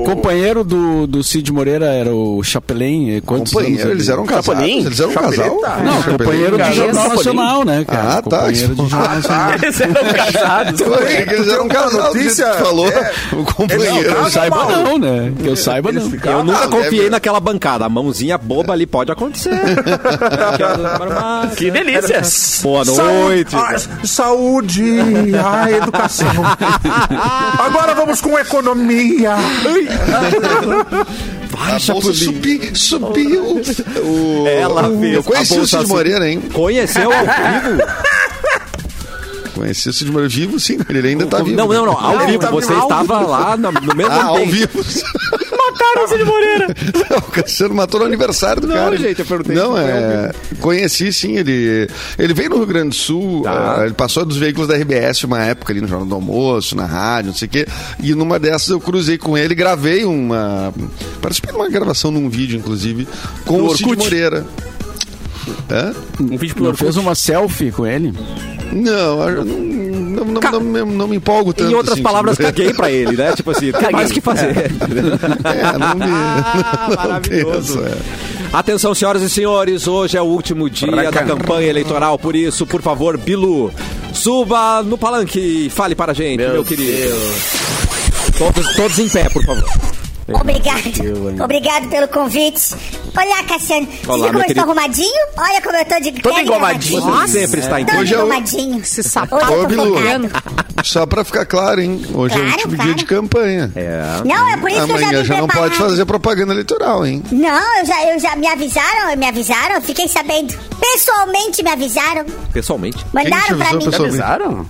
Speaker 6: o companheiro do, do Cid Moreira era o Chapelain. e Quantos anos
Speaker 7: Companheiro,
Speaker 6: ele-
Speaker 7: eles eram casados.
Speaker 2: Chapolin?
Speaker 7: Eles eram um casal.
Speaker 8: Chapeleta?
Speaker 6: Não, companheiro de
Speaker 2: Cara,
Speaker 6: Jornal
Speaker 2: Chapolin.
Speaker 6: Nacional, né, cara?
Speaker 7: Ah, tá.
Speaker 6: Companheiro de Jornal Nacional.
Speaker 2: Eles eram casados.
Speaker 7: Ué, que Eles eram um casal,
Speaker 8: Notícia,
Speaker 7: notícia, falou
Speaker 8: é,
Speaker 7: o companheiro.
Speaker 8: não,
Speaker 6: Eu saiba
Speaker 8: Normal.
Speaker 6: não, né? Que eu saiba não.
Speaker 1: Eu nunca
Speaker 7: Ah,
Speaker 1: confiei
Speaker 7: deve-
Speaker 1: naquela bancada. A mãozinha boba ali pode acontecer.
Speaker 2: Que delícia.
Speaker 1: Boa noite.
Speaker 8: Saúde, ah, saúde, a educação. Agora vamos com economia.
Speaker 7: A bolsa subi, subiu. O-
Speaker 1: Ela
Speaker 7: o-
Speaker 1: fez
Speaker 7: Eu
Speaker 1: a
Speaker 7: conheci o
Speaker 1: bolsa
Speaker 7: Cid
Speaker 1: subir.
Speaker 7: Moreira, hein?
Speaker 1: Conheceu ao vivo?
Speaker 7: Conheci o Cid Moreira vivo, sim. Ele ainda tá vivo.
Speaker 1: Não, não, não. Ao
Speaker 8: Não,
Speaker 1: vivo.
Speaker 8: tá
Speaker 1: Você
Speaker 8: vivo.
Speaker 1: estava lá no, no mesmo
Speaker 7: Ah, ao
Speaker 1: ambiente.
Speaker 7: vivo.
Speaker 2: Mataram o Cid Moreira.
Speaker 7: Não, o Cassiano matou no aniversário do
Speaker 1: Não,
Speaker 7: cara.
Speaker 1: gente, eu perguntei se
Speaker 7: Não,
Speaker 1: foi
Speaker 7: é. Conheci, sim. Ele, ele veio no Rio Grande do Sul.
Speaker 1: Tá.
Speaker 7: ah, ele passou dos veículos da RBS uma época ali no Jornal do Almoço, na rádio, não sei o quê. E numa dessas eu cruzei com ele, gravei uma. Participei de uma gravação num vídeo, inclusive, com o Cid Moreira. Hã?
Speaker 2: Um vídeo pro
Speaker 6: Não
Speaker 2: Orkut.
Speaker 6: fez uma selfie com ele?
Speaker 7: Não, eu não, não, não, não me- não me empolgo tanto.
Speaker 1: Em outras
Speaker 7: assim,
Speaker 1: palavras,
Speaker 7: tipo,
Speaker 1: caguei pra ele, né? Tipo assim, tem mais o que fazer.
Speaker 7: É, não é. me,
Speaker 1: Ah, Maravilhoso.
Speaker 7: não penso,
Speaker 1: Atenção, senhoras e senhores, hoje é o último dia da campanha eleitoral, por isso, por favor, Bilu, suba no palanque e fale para a gente, meu, querido. Todos, todos em pé, por favor.
Speaker 10: Obrigado. Obrigado pelo convite. Olá, Cassiano. Você viu
Speaker 1: Olá,
Speaker 10: como
Speaker 1: meu
Speaker 10: eu
Speaker 1: querido.
Speaker 10: estou arrumadinho? Olha como eu tô de
Speaker 2: Todo
Speaker 10: pele
Speaker 2: engomadinho.
Speaker 10: gravadinha.
Speaker 1: Você sempre está em
Speaker 10: Todo
Speaker 1: pé.
Speaker 7: Hoje é o-
Speaker 10: engomadinho.
Speaker 3: Esse
Speaker 10: Hoje
Speaker 3: sapato tá
Speaker 10: eu tô
Speaker 7: Bilu.
Speaker 10: focado.
Speaker 7: é. Só pra ficar claro, hein? Hoje é o
Speaker 10: Claro,
Speaker 7: último
Speaker 10: claro.
Speaker 7: dia de campanha.
Speaker 10: Não, é por isso que eu já
Speaker 7: Amanhã
Speaker 10: vim
Speaker 7: já não
Speaker 10: preparado.
Speaker 7: pode fazer propaganda eleitoral, hein?
Speaker 10: Não, eu já, eu já me avisaram, me avisaram, eu fiquei sabendo. Pessoalmente me avisaram.
Speaker 1: Pessoalmente.
Speaker 10: Mandaram pra mim.
Speaker 7: pessoalmente?
Speaker 2: Avisaram?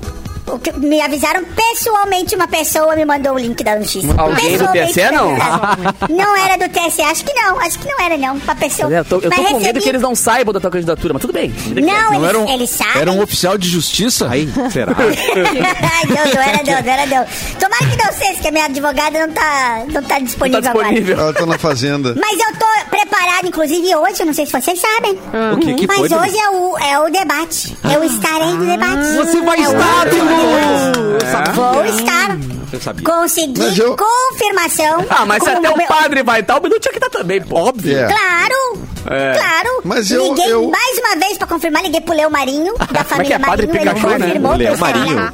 Speaker 10: O que- Me avisaram pessoalmente, uma pessoa me mandou o link da notícia.
Speaker 2: Alguém do
Speaker 10: Pessoalmente
Speaker 2: TSE,
Speaker 10: me
Speaker 2: não?
Speaker 10: avisaram. Não era do TSE, acho que não, acho que não era não, uma pessoa.
Speaker 2: Eu tô, eu tô
Speaker 10: Mas
Speaker 2: com medo
Speaker 10: recebi-
Speaker 2: que eles não saibam da tua candidatura, mas tudo bem. tá
Speaker 10: Não,
Speaker 6: Não
Speaker 10: eles,
Speaker 6: era um,
Speaker 10: eles sabem.
Speaker 6: era um oficial de justiça?
Speaker 1: Aí, será?
Speaker 10: Ai, Deus, não era Deus, não era Deus. Tomara que não seja, que a minha advogada não tá, não tá disponível,
Speaker 2: disponível.
Speaker 7: Ela tá na fazenda.
Speaker 10: agora. Mas eu tô preparada, inclusive hoje, eu não sei se vocês sabem.
Speaker 1: O que que
Speaker 10: Mas
Speaker 1: foi, Ah,
Speaker 10: hoje é o, é o debate. Eu estarei no debate.
Speaker 1: Você vai
Speaker 10: É o
Speaker 1: estar,
Speaker 10: último debate.
Speaker 1: Bilu! Eu
Speaker 2: É.
Speaker 1: sabia.
Speaker 10: Vou estar.
Speaker 1: Eu sabia.
Speaker 7: Mas
Speaker 10: Consegui
Speaker 7: eu-
Speaker 10: confirmação.
Speaker 2: Ah, mas se
Speaker 10: com
Speaker 2: até o
Speaker 10: meu-
Speaker 2: padre vai tal, o Bilu tinha que estar também, pô. Óbvio.
Speaker 7: É.
Speaker 10: Claro!
Speaker 1: é,
Speaker 10: Claro!
Speaker 7: Mas eu-
Speaker 10: liguei
Speaker 7: eu-
Speaker 10: mais uma vez pra confirmar, liguei pro Léo Marinho, da
Speaker 2: Como é que
Speaker 10: família
Speaker 2: é? Padre
Speaker 10: Marinho, ele
Speaker 2: Pikachu, né?
Speaker 10: confirmou que eu
Speaker 1: Léo
Speaker 10: estarei
Speaker 1: Marinho.
Speaker 10: lá.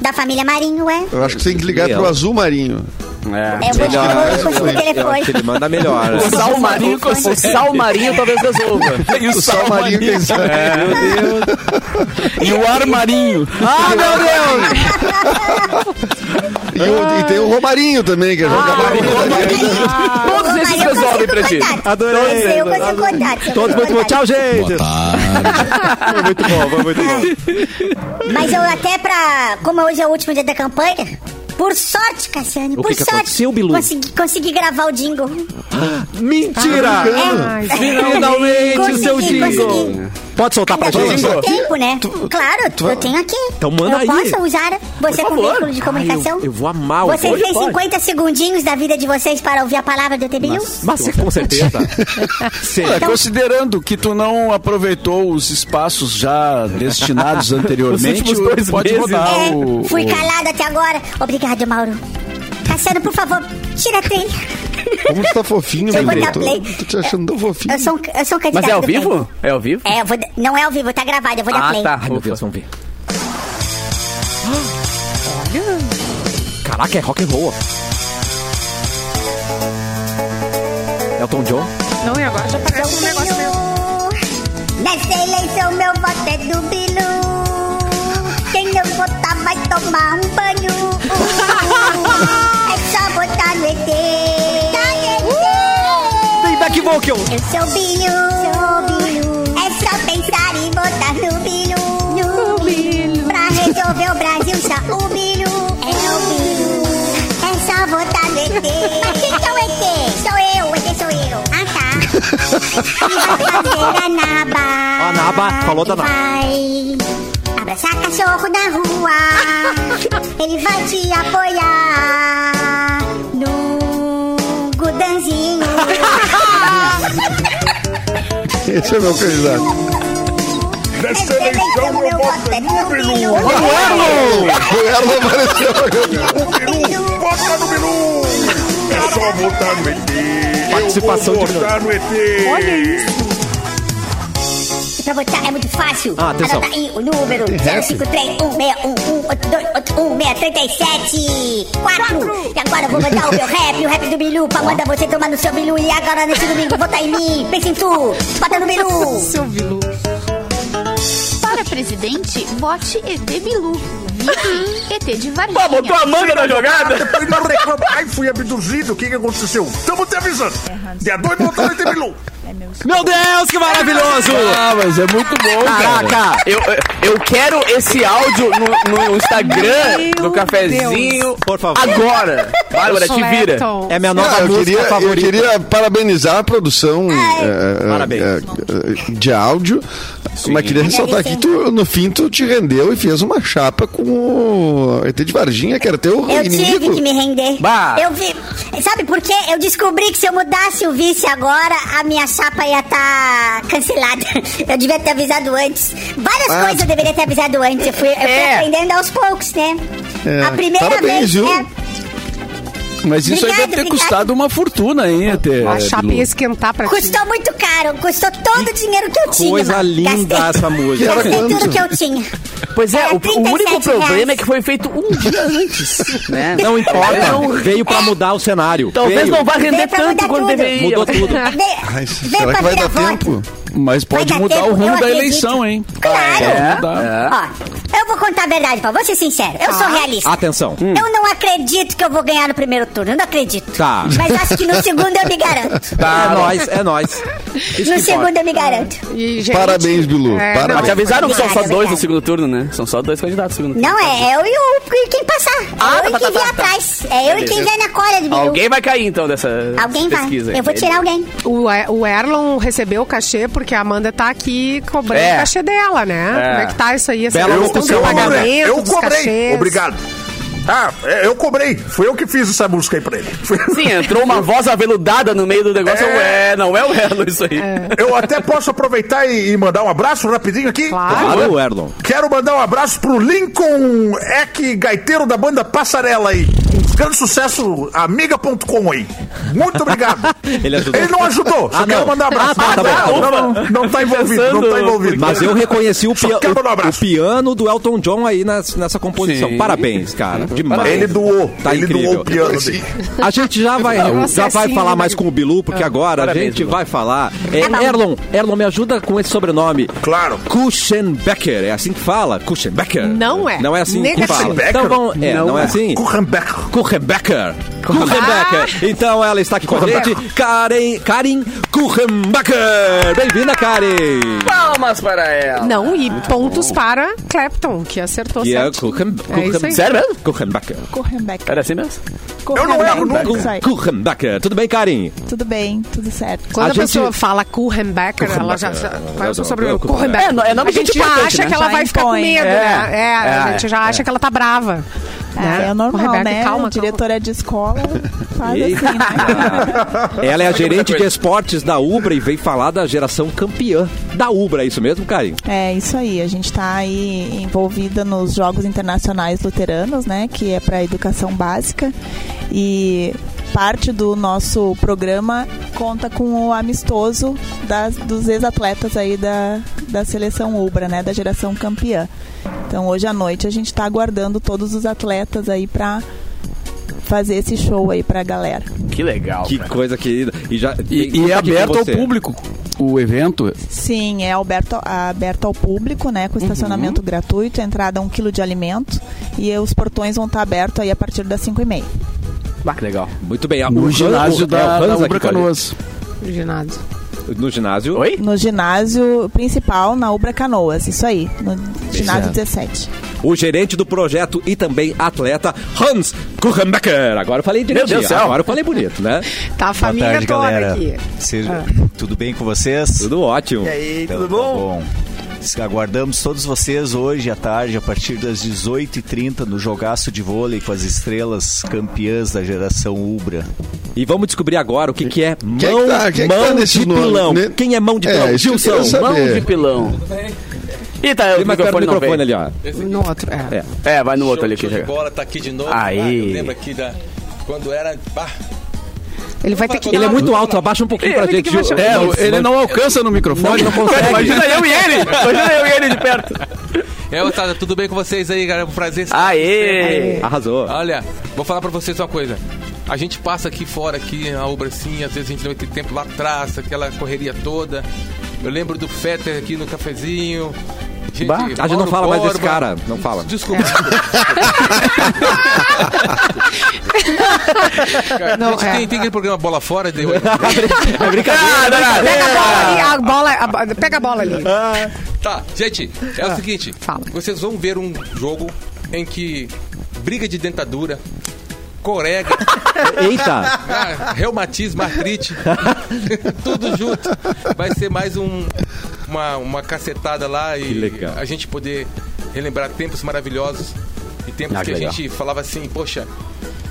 Speaker 10: Da família Marinho, é.
Speaker 7: Eu acho que tem que ligar
Speaker 1: Legal.
Speaker 7: pro Azul Marinho.
Speaker 10: É, eu vou te
Speaker 1: Melhor.
Speaker 10: eu vou te
Speaker 1: Eu acho que
Speaker 10: telefone.
Speaker 1: ele manda melhor.
Speaker 2: O sal marinho, o sal marinho talvez resolva.
Speaker 6: E É.
Speaker 7: O sal marinho tem sal.
Speaker 6: E o ar marinho.
Speaker 2: Ah, meu Deus!
Speaker 7: E, o- e tem o Romarinho também,
Speaker 10: Ah,
Speaker 7: que é jogador.
Speaker 2: Todos
Speaker 10: Mas
Speaker 2: esses
Speaker 10: eu consigo
Speaker 2: resolvem pra ti.
Speaker 10: contato.
Speaker 1: Adorei.
Speaker 10: Eu consigo contato. eu
Speaker 1: Todos muito
Speaker 10: consigo
Speaker 1: bom. Tchau,
Speaker 10: contato.
Speaker 1: gente. Foi muito bom, foi muito bom.
Speaker 10: Mas eu até pra. Como hoje é o último dia da campanha. Por sorte, Cassiane, por
Speaker 1: que que
Speaker 10: sorte.
Speaker 1: aconteceu, Bilu?
Speaker 10: Consegui, consegui gravar o jingle.
Speaker 6: Ah,
Speaker 1: Mentira!
Speaker 10: É.
Speaker 1: Finalmente o seu
Speaker 10: Consegui,
Speaker 1: jingle.
Speaker 10: consegui.
Speaker 1: Pode soltar pra
Speaker 10: Ainda bem que
Speaker 1: gente?
Speaker 10: eu tenho tempo, né? claro, eu tenho aqui.
Speaker 1: Então manda
Speaker 10: eu
Speaker 1: aí.
Speaker 10: posso usar você
Speaker 2: Por
Speaker 10: como
Speaker 2: favor.
Speaker 10: veículo de comunicação?
Speaker 1: eu vou amar o
Speaker 10: Vocês
Speaker 1: Pode,
Speaker 10: têm
Speaker 1: pode.
Speaker 10: 50 segundinhos da vida de vocês para ouvir a palavra do um? TBU?
Speaker 1: Mas é com certeza. Sim.
Speaker 10: Então-
Speaker 6: Olha, Então, considerando que tu não aproveitou os espaços já destinados anteriormente,
Speaker 2: últimos dois
Speaker 6: pode
Speaker 2: meses.
Speaker 6: rodar
Speaker 10: É,
Speaker 6: o,
Speaker 10: fui
Speaker 6: o-
Speaker 10: calado até agora. Obrigado, Mauro. Cassiano, por favor, tira a trilha.
Speaker 7: Como tu tá fofinho,
Speaker 10: Deixa eu
Speaker 7: meu
Speaker 10: botar
Speaker 7: Tô,
Speaker 10: play.
Speaker 7: tô te achando tão fofinho.
Speaker 10: Eu sou, um- eu sou um candidato.
Speaker 2: Mas é ao
Speaker 10: do bem.
Speaker 2: vivo? É ao vivo?
Speaker 10: É, eu vou, da- não é ao vivo, tá gravado, eu vou dar
Speaker 2: Ah,
Speaker 10: play.
Speaker 2: tá.
Speaker 1: Ai, meu Deus, vamos ver. Caraca, é rock and roll.
Speaker 2: É
Speaker 1: Elton John.
Speaker 3: Não, e agora já parece um negócio mesmo.
Speaker 10: Bilu, Nessa eleição, meu voto é do Bilu. Quem não votar vai tomar um banho. É só votar no E ET. Votar no ET.
Speaker 1: Tem back vocal.
Speaker 10: Eu sou Bilu. É só pensar e votar no Bilu. Pra resolver o Brasil, só o Bilu. É o Bilu. É só votar no ET. Mas quem é o ET? Sou eu, o ET sou eu. Ah, tá. E vai fazer a naba.
Speaker 1: A naba, falou da naba.
Speaker 10: Ele Vai abraçar cachorro na rua. Ele vai te apoiar. No gudanzinho.
Speaker 7: Esse é meu candidato.
Speaker 10: Essa eleição meu voto é no Bilu.
Speaker 7: O Erlon apareceu.
Speaker 4: Bota no Bilu! É só votar no ET!
Speaker 1: Participação
Speaker 4: eu vou
Speaker 1: de
Speaker 4: votar no ET!
Speaker 10: Pra votar é muito fácil.
Speaker 1: Ah, atenção.
Speaker 10: Anota aí o número
Speaker 7: rap?
Speaker 10: 0531611637. 4. E agora eu vou mandar o meu rap, o rap do Bilu, pra mandar você tomar no seu Bilu. E agora nesse domingo, vota em mim. Pensa em tu. Vota no Bilu.
Speaker 3: Seu Bilu.
Speaker 9: Para presidente, vote ET Bilu. Vicky, ET de Varginha.
Speaker 2: Pá, botou a manga na jogada?
Speaker 8: Fui na reclama- Ai, fui abduzido. O que, que aconteceu? Tamo te avisando. Dia 2 voltando e Bilu.
Speaker 1: Meu Deus, que maravilhoso!
Speaker 6: Ah, mas é muito bom, cara.
Speaker 1: Caraca!
Speaker 2: Eu, eu eu quero esse áudio no, no Instagram
Speaker 3: Meu
Speaker 2: do cafezinho.
Speaker 1: Por favor.
Speaker 2: Agora! Bárbara, te vira.
Speaker 3: Clapton.
Speaker 1: É a minha
Speaker 7: Não,
Speaker 1: nova
Speaker 7: Ah, eu,
Speaker 1: música
Speaker 7: queria, eu
Speaker 1: favorita.
Speaker 7: queria parabenizar a produção
Speaker 10: Ai.
Speaker 7: eh, eh,
Speaker 1: Parabéns.
Speaker 7: eh, eh, de áudio. Mas queria ressaltar aqui, tu, no fim tu te rendeu e fez uma chapa com o ET de Varginha, que era teu
Speaker 10: Eu tive
Speaker 7: inimigo.
Speaker 10: que me render.
Speaker 2: Bah.
Speaker 10: Eu vi. Sabe por quê? Eu descobri que se eu mudasse o vice agora, a minha chapa ia estar cancelada. Eu devia ter avisado antes. Várias
Speaker 7: Ah.
Speaker 10: coisas eu deveria ter avisado antes. Eu fui, eu fui
Speaker 2: É.
Speaker 10: aprendendo aos poucos, né?
Speaker 7: É.
Speaker 10: A primeira
Speaker 7: Parabéns,
Speaker 10: vez.
Speaker 7: viu?
Speaker 10: né?
Speaker 6: Mas isso é aí
Speaker 10: Obrigado,
Speaker 6: deve ter
Speaker 10: obrigado.
Speaker 6: custado uma fortuna, hein, ET?
Speaker 1: É,
Speaker 3: A chapa
Speaker 6: Bilu?
Speaker 3: ia esquentar pra ti.
Speaker 10: Custou muito caro. Custou todo o dinheiro que eu tinha.
Speaker 1: Coisa
Speaker 10: mano.
Speaker 1: linda
Speaker 10: Gastei-
Speaker 1: essa música.
Speaker 7: Era
Speaker 10: Gastei
Speaker 7: quanto?
Speaker 10: tudo que eu tinha.
Speaker 2: Pois é,
Speaker 10: Era
Speaker 2: o, o
Speaker 10: 37
Speaker 2: único problema
Speaker 10: reais.
Speaker 2: é que foi feito um dia antes. Né?
Speaker 1: Não
Speaker 6: É.
Speaker 1: importa,
Speaker 2: Não-
Speaker 1: veio pra mudar o cenário.
Speaker 2: talvez
Speaker 1: Veio.
Speaker 2: não vá render
Speaker 10: Veio pra
Speaker 2: tanto
Speaker 10: mudar
Speaker 2: quanto
Speaker 10: tudo.
Speaker 2: deveria.
Speaker 1: Mudou tudo.
Speaker 7: Ai,
Speaker 1: Ah,
Speaker 10: Vem, vem
Speaker 7: será
Speaker 10: pra
Speaker 7: que vai
Speaker 10: virar
Speaker 7: dar
Speaker 10: voto.
Speaker 7: tempo?
Speaker 6: Mas pode
Speaker 10: dar
Speaker 6: mudar
Speaker 10: tempo,
Speaker 6: o
Speaker 10: eu
Speaker 6: rumo da
Speaker 10: acredito.
Speaker 6: eleição, hein?
Speaker 1: tá,
Speaker 10: Claro.
Speaker 6: Pode
Speaker 2: É.
Speaker 6: mudar.
Speaker 10: Ó, eu vou contar a verdade pra vou ser sincero. Eu sou realista.
Speaker 1: Atenção.
Speaker 10: Eu não acredito que eu vou ganhar no primeiro turno. Eu não acredito.
Speaker 1: Tá.
Speaker 10: Mas acho que no segundo eu me garanto.
Speaker 6: Tá.
Speaker 1: É nóis, é nóis.
Speaker 10: No
Speaker 1: Isso que importa.
Speaker 10: segundo eu me garanto.
Speaker 3: E, gente,
Speaker 7: Parabéns, Bilu.
Speaker 3: é,
Speaker 7: Parabéns.
Speaker 2: Mas te avisaram que são só
Speaker 10: Obrigada,
Speaker 2: dois no
Speaker 10: obrigada.
Speaker 2: segundo turno, né? São só dois candidatos no segundo turno.
Speaker 10: Não, é eu e o e quem passar.
Speaker 2: Ah,
Speaker 10: É eu e
Speaker 2: tá,
Speaker 10: quem
Speaker 2: tá, tá,
Speaker 10: vier
Speaker 2: tá.
Speaker 10: atrás. É eu e quem
Speaker 2: Beleza.
Speaker 10: vier na cola de Bilu.
Speaker 2: Alguém vai cair, então, dessa
Speaker 10: Alguém vai.
Speaker 2: pesquisa. aí.
Speaker 10: Eu vou tirar alguém.
Speaker 3: O, E- o Erlon recebeu o cachê porque a Amanda tá aqui cobrando
Speaker 2: É.
Speaker 3: o cachê dela, né?
Speaker 2: É.
Speaker 3: Como é que tá isso aí? Essa
Speaker 1: Bela
Speaker 3: questão
Speaker 1: questão
Speaker 3: do
Speaker 1: que eu
Speaker 3: pagamento,
Speaker 8: cobrei. Eu
Speaker 3: um dos
Speaker 8: cobrei.
Speaker 3: cachês.
Speaker 8: Obrigado. Ah, é, eu cobrei. Foi eu que fiz essa música aí pra ele. Foi-
Speaker 1: é.
Speaker 2: Sim, entrou uma voz aveludada no meio do negócio. É,
Speaker 8: É.
Speaker 2: não é o Elo isso aí.
Speaker 8: Eu até posso aproveitar e, e mandar um abraço rapidinho aqui.
Speaker 6: Tá.
Speaker 3: Claro.
Speaker 1: Alô, Erlon.
Speaker 8: Quero mandar um abraço pro Lincoln Eck, gaiteiro da banda Passarela aí. grande sucesso, amiga.com aí. Muito obrigado.
Speaker 1: Ele ajudou.
Speaker 8: não ajudou, só
Speaker 1: Ah,
Speaker 8: quero
Speaker 1: não.
Speaker 8: mandar um abraço.
Speaker 1: Ah, tá, tá bom.
Speaker 8: não, não, não, não tá envolvido, não tá
Speaker 2: Pensando,
Speaker 8: envolvido.
Speaker 1: Mas eu reconheci o, pia-
Speaker 8: Só quero mandar um
Speaker 1: o- o
Speaker 8: abraço.
Speaker 1: piano do Elton John aí nas- nessa composição. Parabéns, cara. Demais.
Speaker 8: Ele doou,
Speaker 1: Tá
Speaker 8: ele
Speaker 1: incrível.
Speaker 8: doou o piano
Speaker 7: Esse-
Speaker 8: dele.
Speaker 1: A gente já vai,
Speaker 3: Não,
Speaker 1: já vai
Speaker 3: processinho,
Speaker 1: falar
Speaker 3: né,
Speaker 1: mais com o Bilu, porque agora a
Speaker 2: Parabéns,
Speaker 1: gente
Speaker 2: Bilu.
Speaker 1: vai falar. É,
Speaker 3: Ah, tá
Speaker 1: Erlon, Erlon, me ajuda com esse sobrenome.
Speaker 8: Claro.
Speaker 1: Kuchenbecker, é assim que fala? Kuchenbecker?
Speaker 3: Não é.
Speaker 1: Não é assim que
Speaker 3: Negativo.
Speaker 1: fala.
Speaker 8: Kuchenbecker?
Speaker 1: Então, vamos, é, não,
Speaker 6: Não
Speaker 1: é
Speaker 6: é.
Speaker 1: assim?
Speaker 8: Kuchenbecker.
Speaker 1: Kuchenbecker.
Speaker 3: Ah!
Speaker 1: Kuchenbecker. Então ela está aqui com a gente, Karen, Karen Kuchenbecker. Bem-vinda, Karen.
Speaker 2: Palmas para ela.
Speaker 3: Não, e pontos para Clapton, que acertou
Speaker 1: E é
Speaker 3: certo.
Speaker 1: Kuchen,
Speaker 3: É isso aí.
Speaker 2: Sério mesmo?
Speaker 1: Kuchenbecker.
Speaker 11: Correnbeck.
Speaker 2: Era assim mesmo?
Speaker 8: Eu não erro nunca.
Speaker 1: Kuchenbecker. Tudo bem, Karen?
Speaker 11: Tudo bem, tudo certo.
Speaker 3: Quando a,
Speaker 1: gente-
Speaker 3: pessoa fala Kuchenbecker, ela já
Speaker 1: eu
Speaker 3: faz
Speaker 1: não-
Speaker 3: o sobrenome.
Speaker 1: eu-
Speaker 3: Kuchenbecker.
Speaker 2: É, não- é nome
Speaker 3: a gente
Speaker 2: de
Speaker 3: já
Speaker 2: importante,
Speaker 3: acha
Speaker 2: né?
Speaker 3: que ela
Speaker 11: Já
Speaker 3: vai ficar com
Speaker 11: impõe.
Speaker 3: medo,
Speaker 2: É.
Speaker 3: né? É, a
Speaker 2: É,
Speaker 3: gente já acha que ela tá brava.
Speaker 11: É, é normal,
Speaker 3: Kuchenbecker,
Speaker 11: né?
Speaker 3: Calma, calma.
Speaker 11: Diretora de escola faz assim,
Speaker 1: Eita.
Speaker 11: né?
Speaker 1: Ela é a gerente de esportes da Ubra e veio falar da geração campeã da Ubra, é isso mesmo, Karen?
Speaker 11: É isso aí, a gente está aí envolvida nos Jogos Internacionais Luteranos, né, que é para educação básica e parte do nosso programa conta com o amistoso das, dos ex-atletas aí da, da seleção Ubra, né, da geração campeã. Então hoje à noite a gente está aguardando todos os atletas aí para fazer esse show aí para a galera.
Speaker 2: Que legal.
Speaker 1: Que
Speaker 2: cara.
Speaker 1: coisa querida. E, já, tem-
Speaker 6: E, e é
Speaker 1: conta aqui com
Speaker 6: aberto ao
Speaker 1: você.
Speaker 6: público o evento.
Speaker 11: Sim, é aberto, aberto ao público, né? Com estacionamento gratuito, entrada um quilo de alimento e os portões vão estar abertos tá aí a partir das 5 e meia.
Speaker 2: Ah, que legal.
Speaker 1: Muito bem. a- o
Speaker 6: No
Speaker 1: Han-
Speaker 6: ginásio
Speaker 1: o- é o
Speaker 6: da,
Speaker 1: Hans
Speaker 6: da
Speaker 1: aqui
Speaker 6: Ubra
Speaker 1: com a gente.
Speaker 6: Canoas.
Speaker 3: Ginásio.
Speaker 1: No ginásio.
Speaker 2: Oi?
Speaker 11: No ginásio principal, na Ubra Canoas, isso aí, né? no ginásio 17.
Speaker 1: O gerente do projeto e também atleta Hans Kuchenbecker. Agora eu falei direitinho.
Speaker 2: Deus do céu.
Speaker 1: Agora eu falei bonito, né?
Speaker 3: Tá a família
Speaker 12: Boa tarde,
Speaker 3: toda
Speaker 12: galera.
Speaker 3: aqui.
Speaker 12: Seja- Tudo bem com vocês?
Speaker 1: Tudo ótimo.
Speaker 12: aí, tudo bom? Aguardamos todos vocês hoje à tarde, a partir das 18h30, no jogaço de vôlei com as estrelas campeãs da geração Ubra.
Speaker 1: E vamos descobrir agora o que, que é mão,
Speaker 7: Quem é que tá- quem é que tá
Speaker 1: mão
Speaker 7: nesses
Speaker 1: de
Speaker 7: nomes,
Speaker 1: pilão.
Speaker 7: né?
Speaker 1: Quem é mão de
Speaker 7: É,
Speaker 1: pilão?
Speaker 7: isso que eu
Speaker 1: Gilson.
Speaker 7: quero saber.
Speaker 2: Mão de pilão. Ih, tá, o
Speaker 1: Vem mais perto do
Speaker 2: microfone, não
Speaker 1: microfone ali,
Speaker 2: veio.
Speaker 1: ó.
Speaker 3: No outro, é.
Speaker 1: É.
Speaker 2: É, vai no outro ali.
Speaker 12: Show
Speaker 2: Que
Speaker 12: de
Speaker 2: já.
Speaker 12: bola, tá aqui de novo.
Speaker 2: Aí.
Speaker 12: Ah, eu lembro aqui da... Quando era... Bah,
Speaker 3: Ele vai ter que...
Speaker 1: Ele é muito alto, abaixa um pouquinho pra gente. Gil.
Speaker 6: É,
Speaker 1: Não,
Speaker 6: ele não alcança no microfone. Não, consegue.
Speaker 2: Imagina eu e ele! Imagina eu e ele de perto.
Speaker 12: É, Otávio, tudo bem com vocês aí, cara? É um prazer. estar
Speaker 2: Ah, Aê!
Speaker 1: Arrasou.
Speaker 12: Olha, vou falar pra vocês uma coisa. A gente passa aqui fora, aqui na obra assim, às vezes a gente não tem tempo lá atrás, aquela correria toda. Eu lembro do Fetter aqui no cafezinho. Gente,
Speaker 1: Bah, a gente não
Speaker 12: Mauro
Speaker 1: fala mais desse
Speaker 12: Borba.
Speaker 1: cara, não fala.
Speaker 12: Desculpa. Cara,
Speaker 3: Não,
Speaker 12: a gente
Speaker 3: é.
Speaker 12: tem, tem aquele programa Bola Fora, de hoje.
Speaker 2: Ah,
Speaker 1: É brincadeira.
Speaker 3: Pega a bola ali, a bola, a bo- pega a bola ali.
Speaker 12: Tá, gente, é o seguinte.
Speaker 3: fala.
Speaker 12: Vocês vão ver um jogo em que briga de dentadura, corega,
Speaker 1: Eita.
Speaker 12: ah, reumatismo, artrite, tudo junto. Vai ser mais um, uma, uma cacetada lá e
Speaker 1: legal.
Speaker 12: a gente poder relembrar tempos maravilhosos e tempos
Speaker 1: Ah, que
Speaker 12: que, a
Speaker 1: legal.
Speaker 12: gente falava assim, poxa,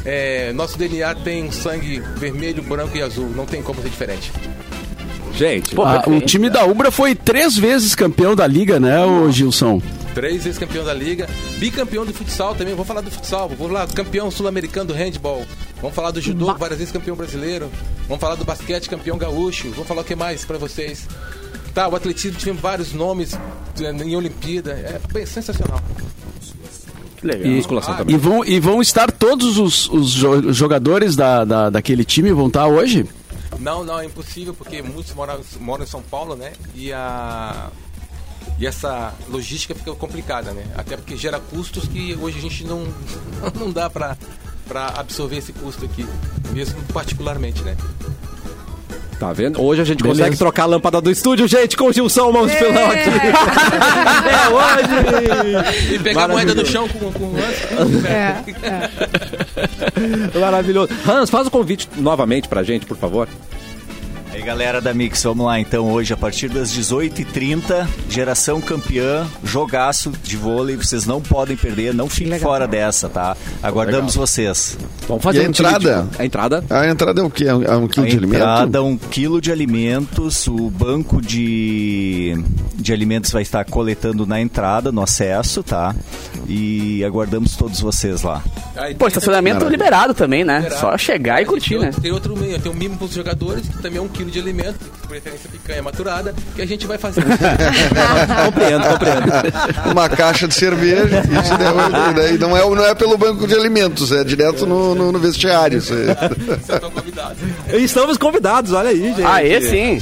Speaker 12: é, nosso DNA tem um sangue vermelho, branco e azul, não tem como ser diferente.
Speaker 1: Gente,
Speaker 6: Ah, o time da Ubra foi três vezes campeão da liga, né, ô Gilson?
Speaker 12: Três vezes campeão da liga, bicampeão do futsal também, vou falar do futsal, vou lá, campeão sul-americano do handball, vamos falar do judô, várias vezes campeão brasileiro, vamos falar do basquete, campeão gaúcho, vamos falar o que mais pra vocês. Tá, o atletismo tivemos vários nomes eh, em Olimpíada, é bem sensacional.
Speaker 2: Que legal.
Speaker 6: E,
Speaker 1: Musculação
Speaker 6: Ah,
Speaker 1: também.
Speaker 6: e vão, e vão estar todos os, os jo- jogadores da, da- daquele time vão estar hoje?
Speaker 12: Não, não, é impossível, porque muitos moram, moram em São Paulo, né? E a. E essa logística fica complicada, né? Até porque gera custos que hoje a gente não, não dá pra, pra absorver esse custo aqui, mesmo particularmente, né?
Speaker 1: tá vendo? Hoje a gente
Speaker 6: Beleza.
Speaker 1: consegue trocar a lâmpada do estúdio, gente, com o Gilson mão de pilão aqui.
Speaker 12: E pegar a moeda no chão com, com o lance.
Speaker 3: É.
Speaker 1: Maravilhoso. Hans, faz o convite novamente pra gente, por favor.
Speaker 12: Aí galera da Mix, vamos lá então hoje a partir das 18h30, geração campeã, jogaço de vôlei, vocês não podem perder, não fiquem fora dessa, tá? Aguardamos vocês.
Speaker 1: Vamos fazer
Speaker 7: E a
Speaker 1: um
Speaker 7: entrada?
Speaker 1: time de- A entrada.
Speaker 7: A entrada é o quê? É um, é um quilo
Speaker 12: A
Speaker 7: de alimento?
Speaker 12: entrada, um quilo de alimentos, o banco de, de alimentos vai estar coletando na entrada, no acesso, tá? E aguardamos todos vocês lá.
Speaker 2: Pô, tipo, estacionamento
Speaker 12: Maravilha.
Speaker 2: liberado também, né?
Speaker 12: Liberado.
Speaker 2: Só chegar e curtir,
Speaker 12: tem,
Speaker 2: né?
Speaker 12: outro, tem outro meio, tem um mimo pros jogadores, que também é um quilo de alimento, de preferência picanha maturada, que a gente vai fazer.
Speaker 1: compreendo, compreendo.
Speaker 7: Uma caixa de cerveja. Isso daí- daí não, é, não é pelo banco de alimentos, é direto no, no- no vestiário. Isso aí.
Speaker 1: Estamos convidados, olha aí,
Speaker 2: Ah,
Speaker 1: gente.
Speaker 7: Aê, sim.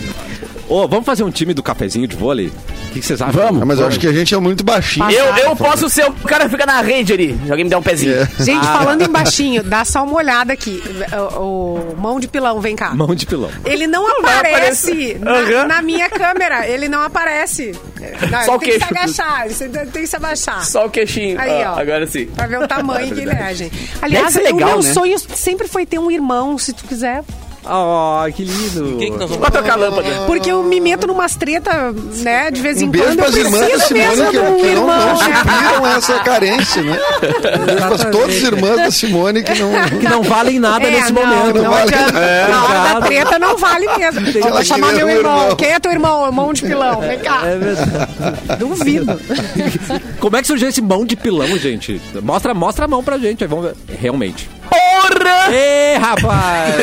Speaker 1: Ô, vamos fazer um time do cafezinho de vôlei? O que que vocês acham?
Speaker 7: Ah, mas eu acho que a gente é muito baixinho.
Speaker 8: Ah,
Speaker 2: Eu, eu posso ser o cara que fica na rede ali. Se Alguém me dá um pezinho.
Speaker 8: É.
Speaker 3: Gente,
Speaker 2: Ah.
Speaker 3: falando em baixinho, dá só uma olhada aqui. O, o- mão de pilão, vem cá.
Speaker 1: Mão de pilão.
Speaker 3: Ele não,
Speaker 2: vai
Speaker 3: aparece
Speaker 2: aparecer.
Speaker 3: na,
Speaker 2: Aham.
Speaker 3: na minha câmera. Ele não aparece. Não, ele
Speaker 2: Só
Speaker 3: tem
Speaker 2: o
Speaker 3: que se
Speaker 2: queixo.
Speaker 3: agachar. Ele tem tem que se abaixar.
Speaker 2: Só o queixinho.
Speaker 3: Aí,
Speaker 2: Ah,
Speaker 3: ó.
Speaker 2: Agora sim.
Speaker 3: Pra ver o tamanho que ele é,
Speaker 2: Verdade.
Speaker 3: gente. Aliás,
Speaker 2: ser legal,
Speaker 3: o meu
Speaker 2: né?
Speaker 3: sonho sempre foi ter um irmão, se tu quiser.
Speaker 1: Ah, que lindo.
Speaker 2: Quem que nós vamos Vai trocar a lâmpada.
Speaker 3: Porque eu me meto numas treta, né, de vez em
Speaker 7: Um beijo
Speaker 3: quando.
Speaker 7: para as
Speaker 3: eu
Speaker 7: irmãs do
Speaker 3: preciso
Speaker 7: Simone,
Speaker 3: mesmo
Speaker 7: que,
Speaker 3: de
Speaker 7: que
Speaker 3: um
Speaker 7: não,
Speaker 3: irmão.
Speaker 7: não
Speaker 3: né?
Speaker 7: supriram essa carência, né? Um beijo para todas as irmãs da Simone que não.
Speaker 1: Que não valem nada
Speaker 3: É,
Speaker 1: nesse
Speaker 3: não,
Speaker 1: momento. né?
Speaker 7: não vale
Speaker 1: adianta.
Speaker 7: nada.
Speaker 3: Na hora da treta não vale mesmo. Eu vou
Speaker 7: que
Speaker 3: chamar
Speaker 7: ver
Speaker 3: meu
Speaker 7: o
Speaker 3: irmão.
Speaker 7: irmão.
Speaker 3: Quem é teu irmão? Mão de pilão. Vem cá.
Speaker 1: É verdade.
Speaker 3: Duvido.
Speaker 1: Como é que surgiu esse mão de pilão, gente? Mostra, mostra a mão pra gente, aí vamos ver. Realmente.
Speaker 2: Porra!
Speaker 1: Ê, rapaz!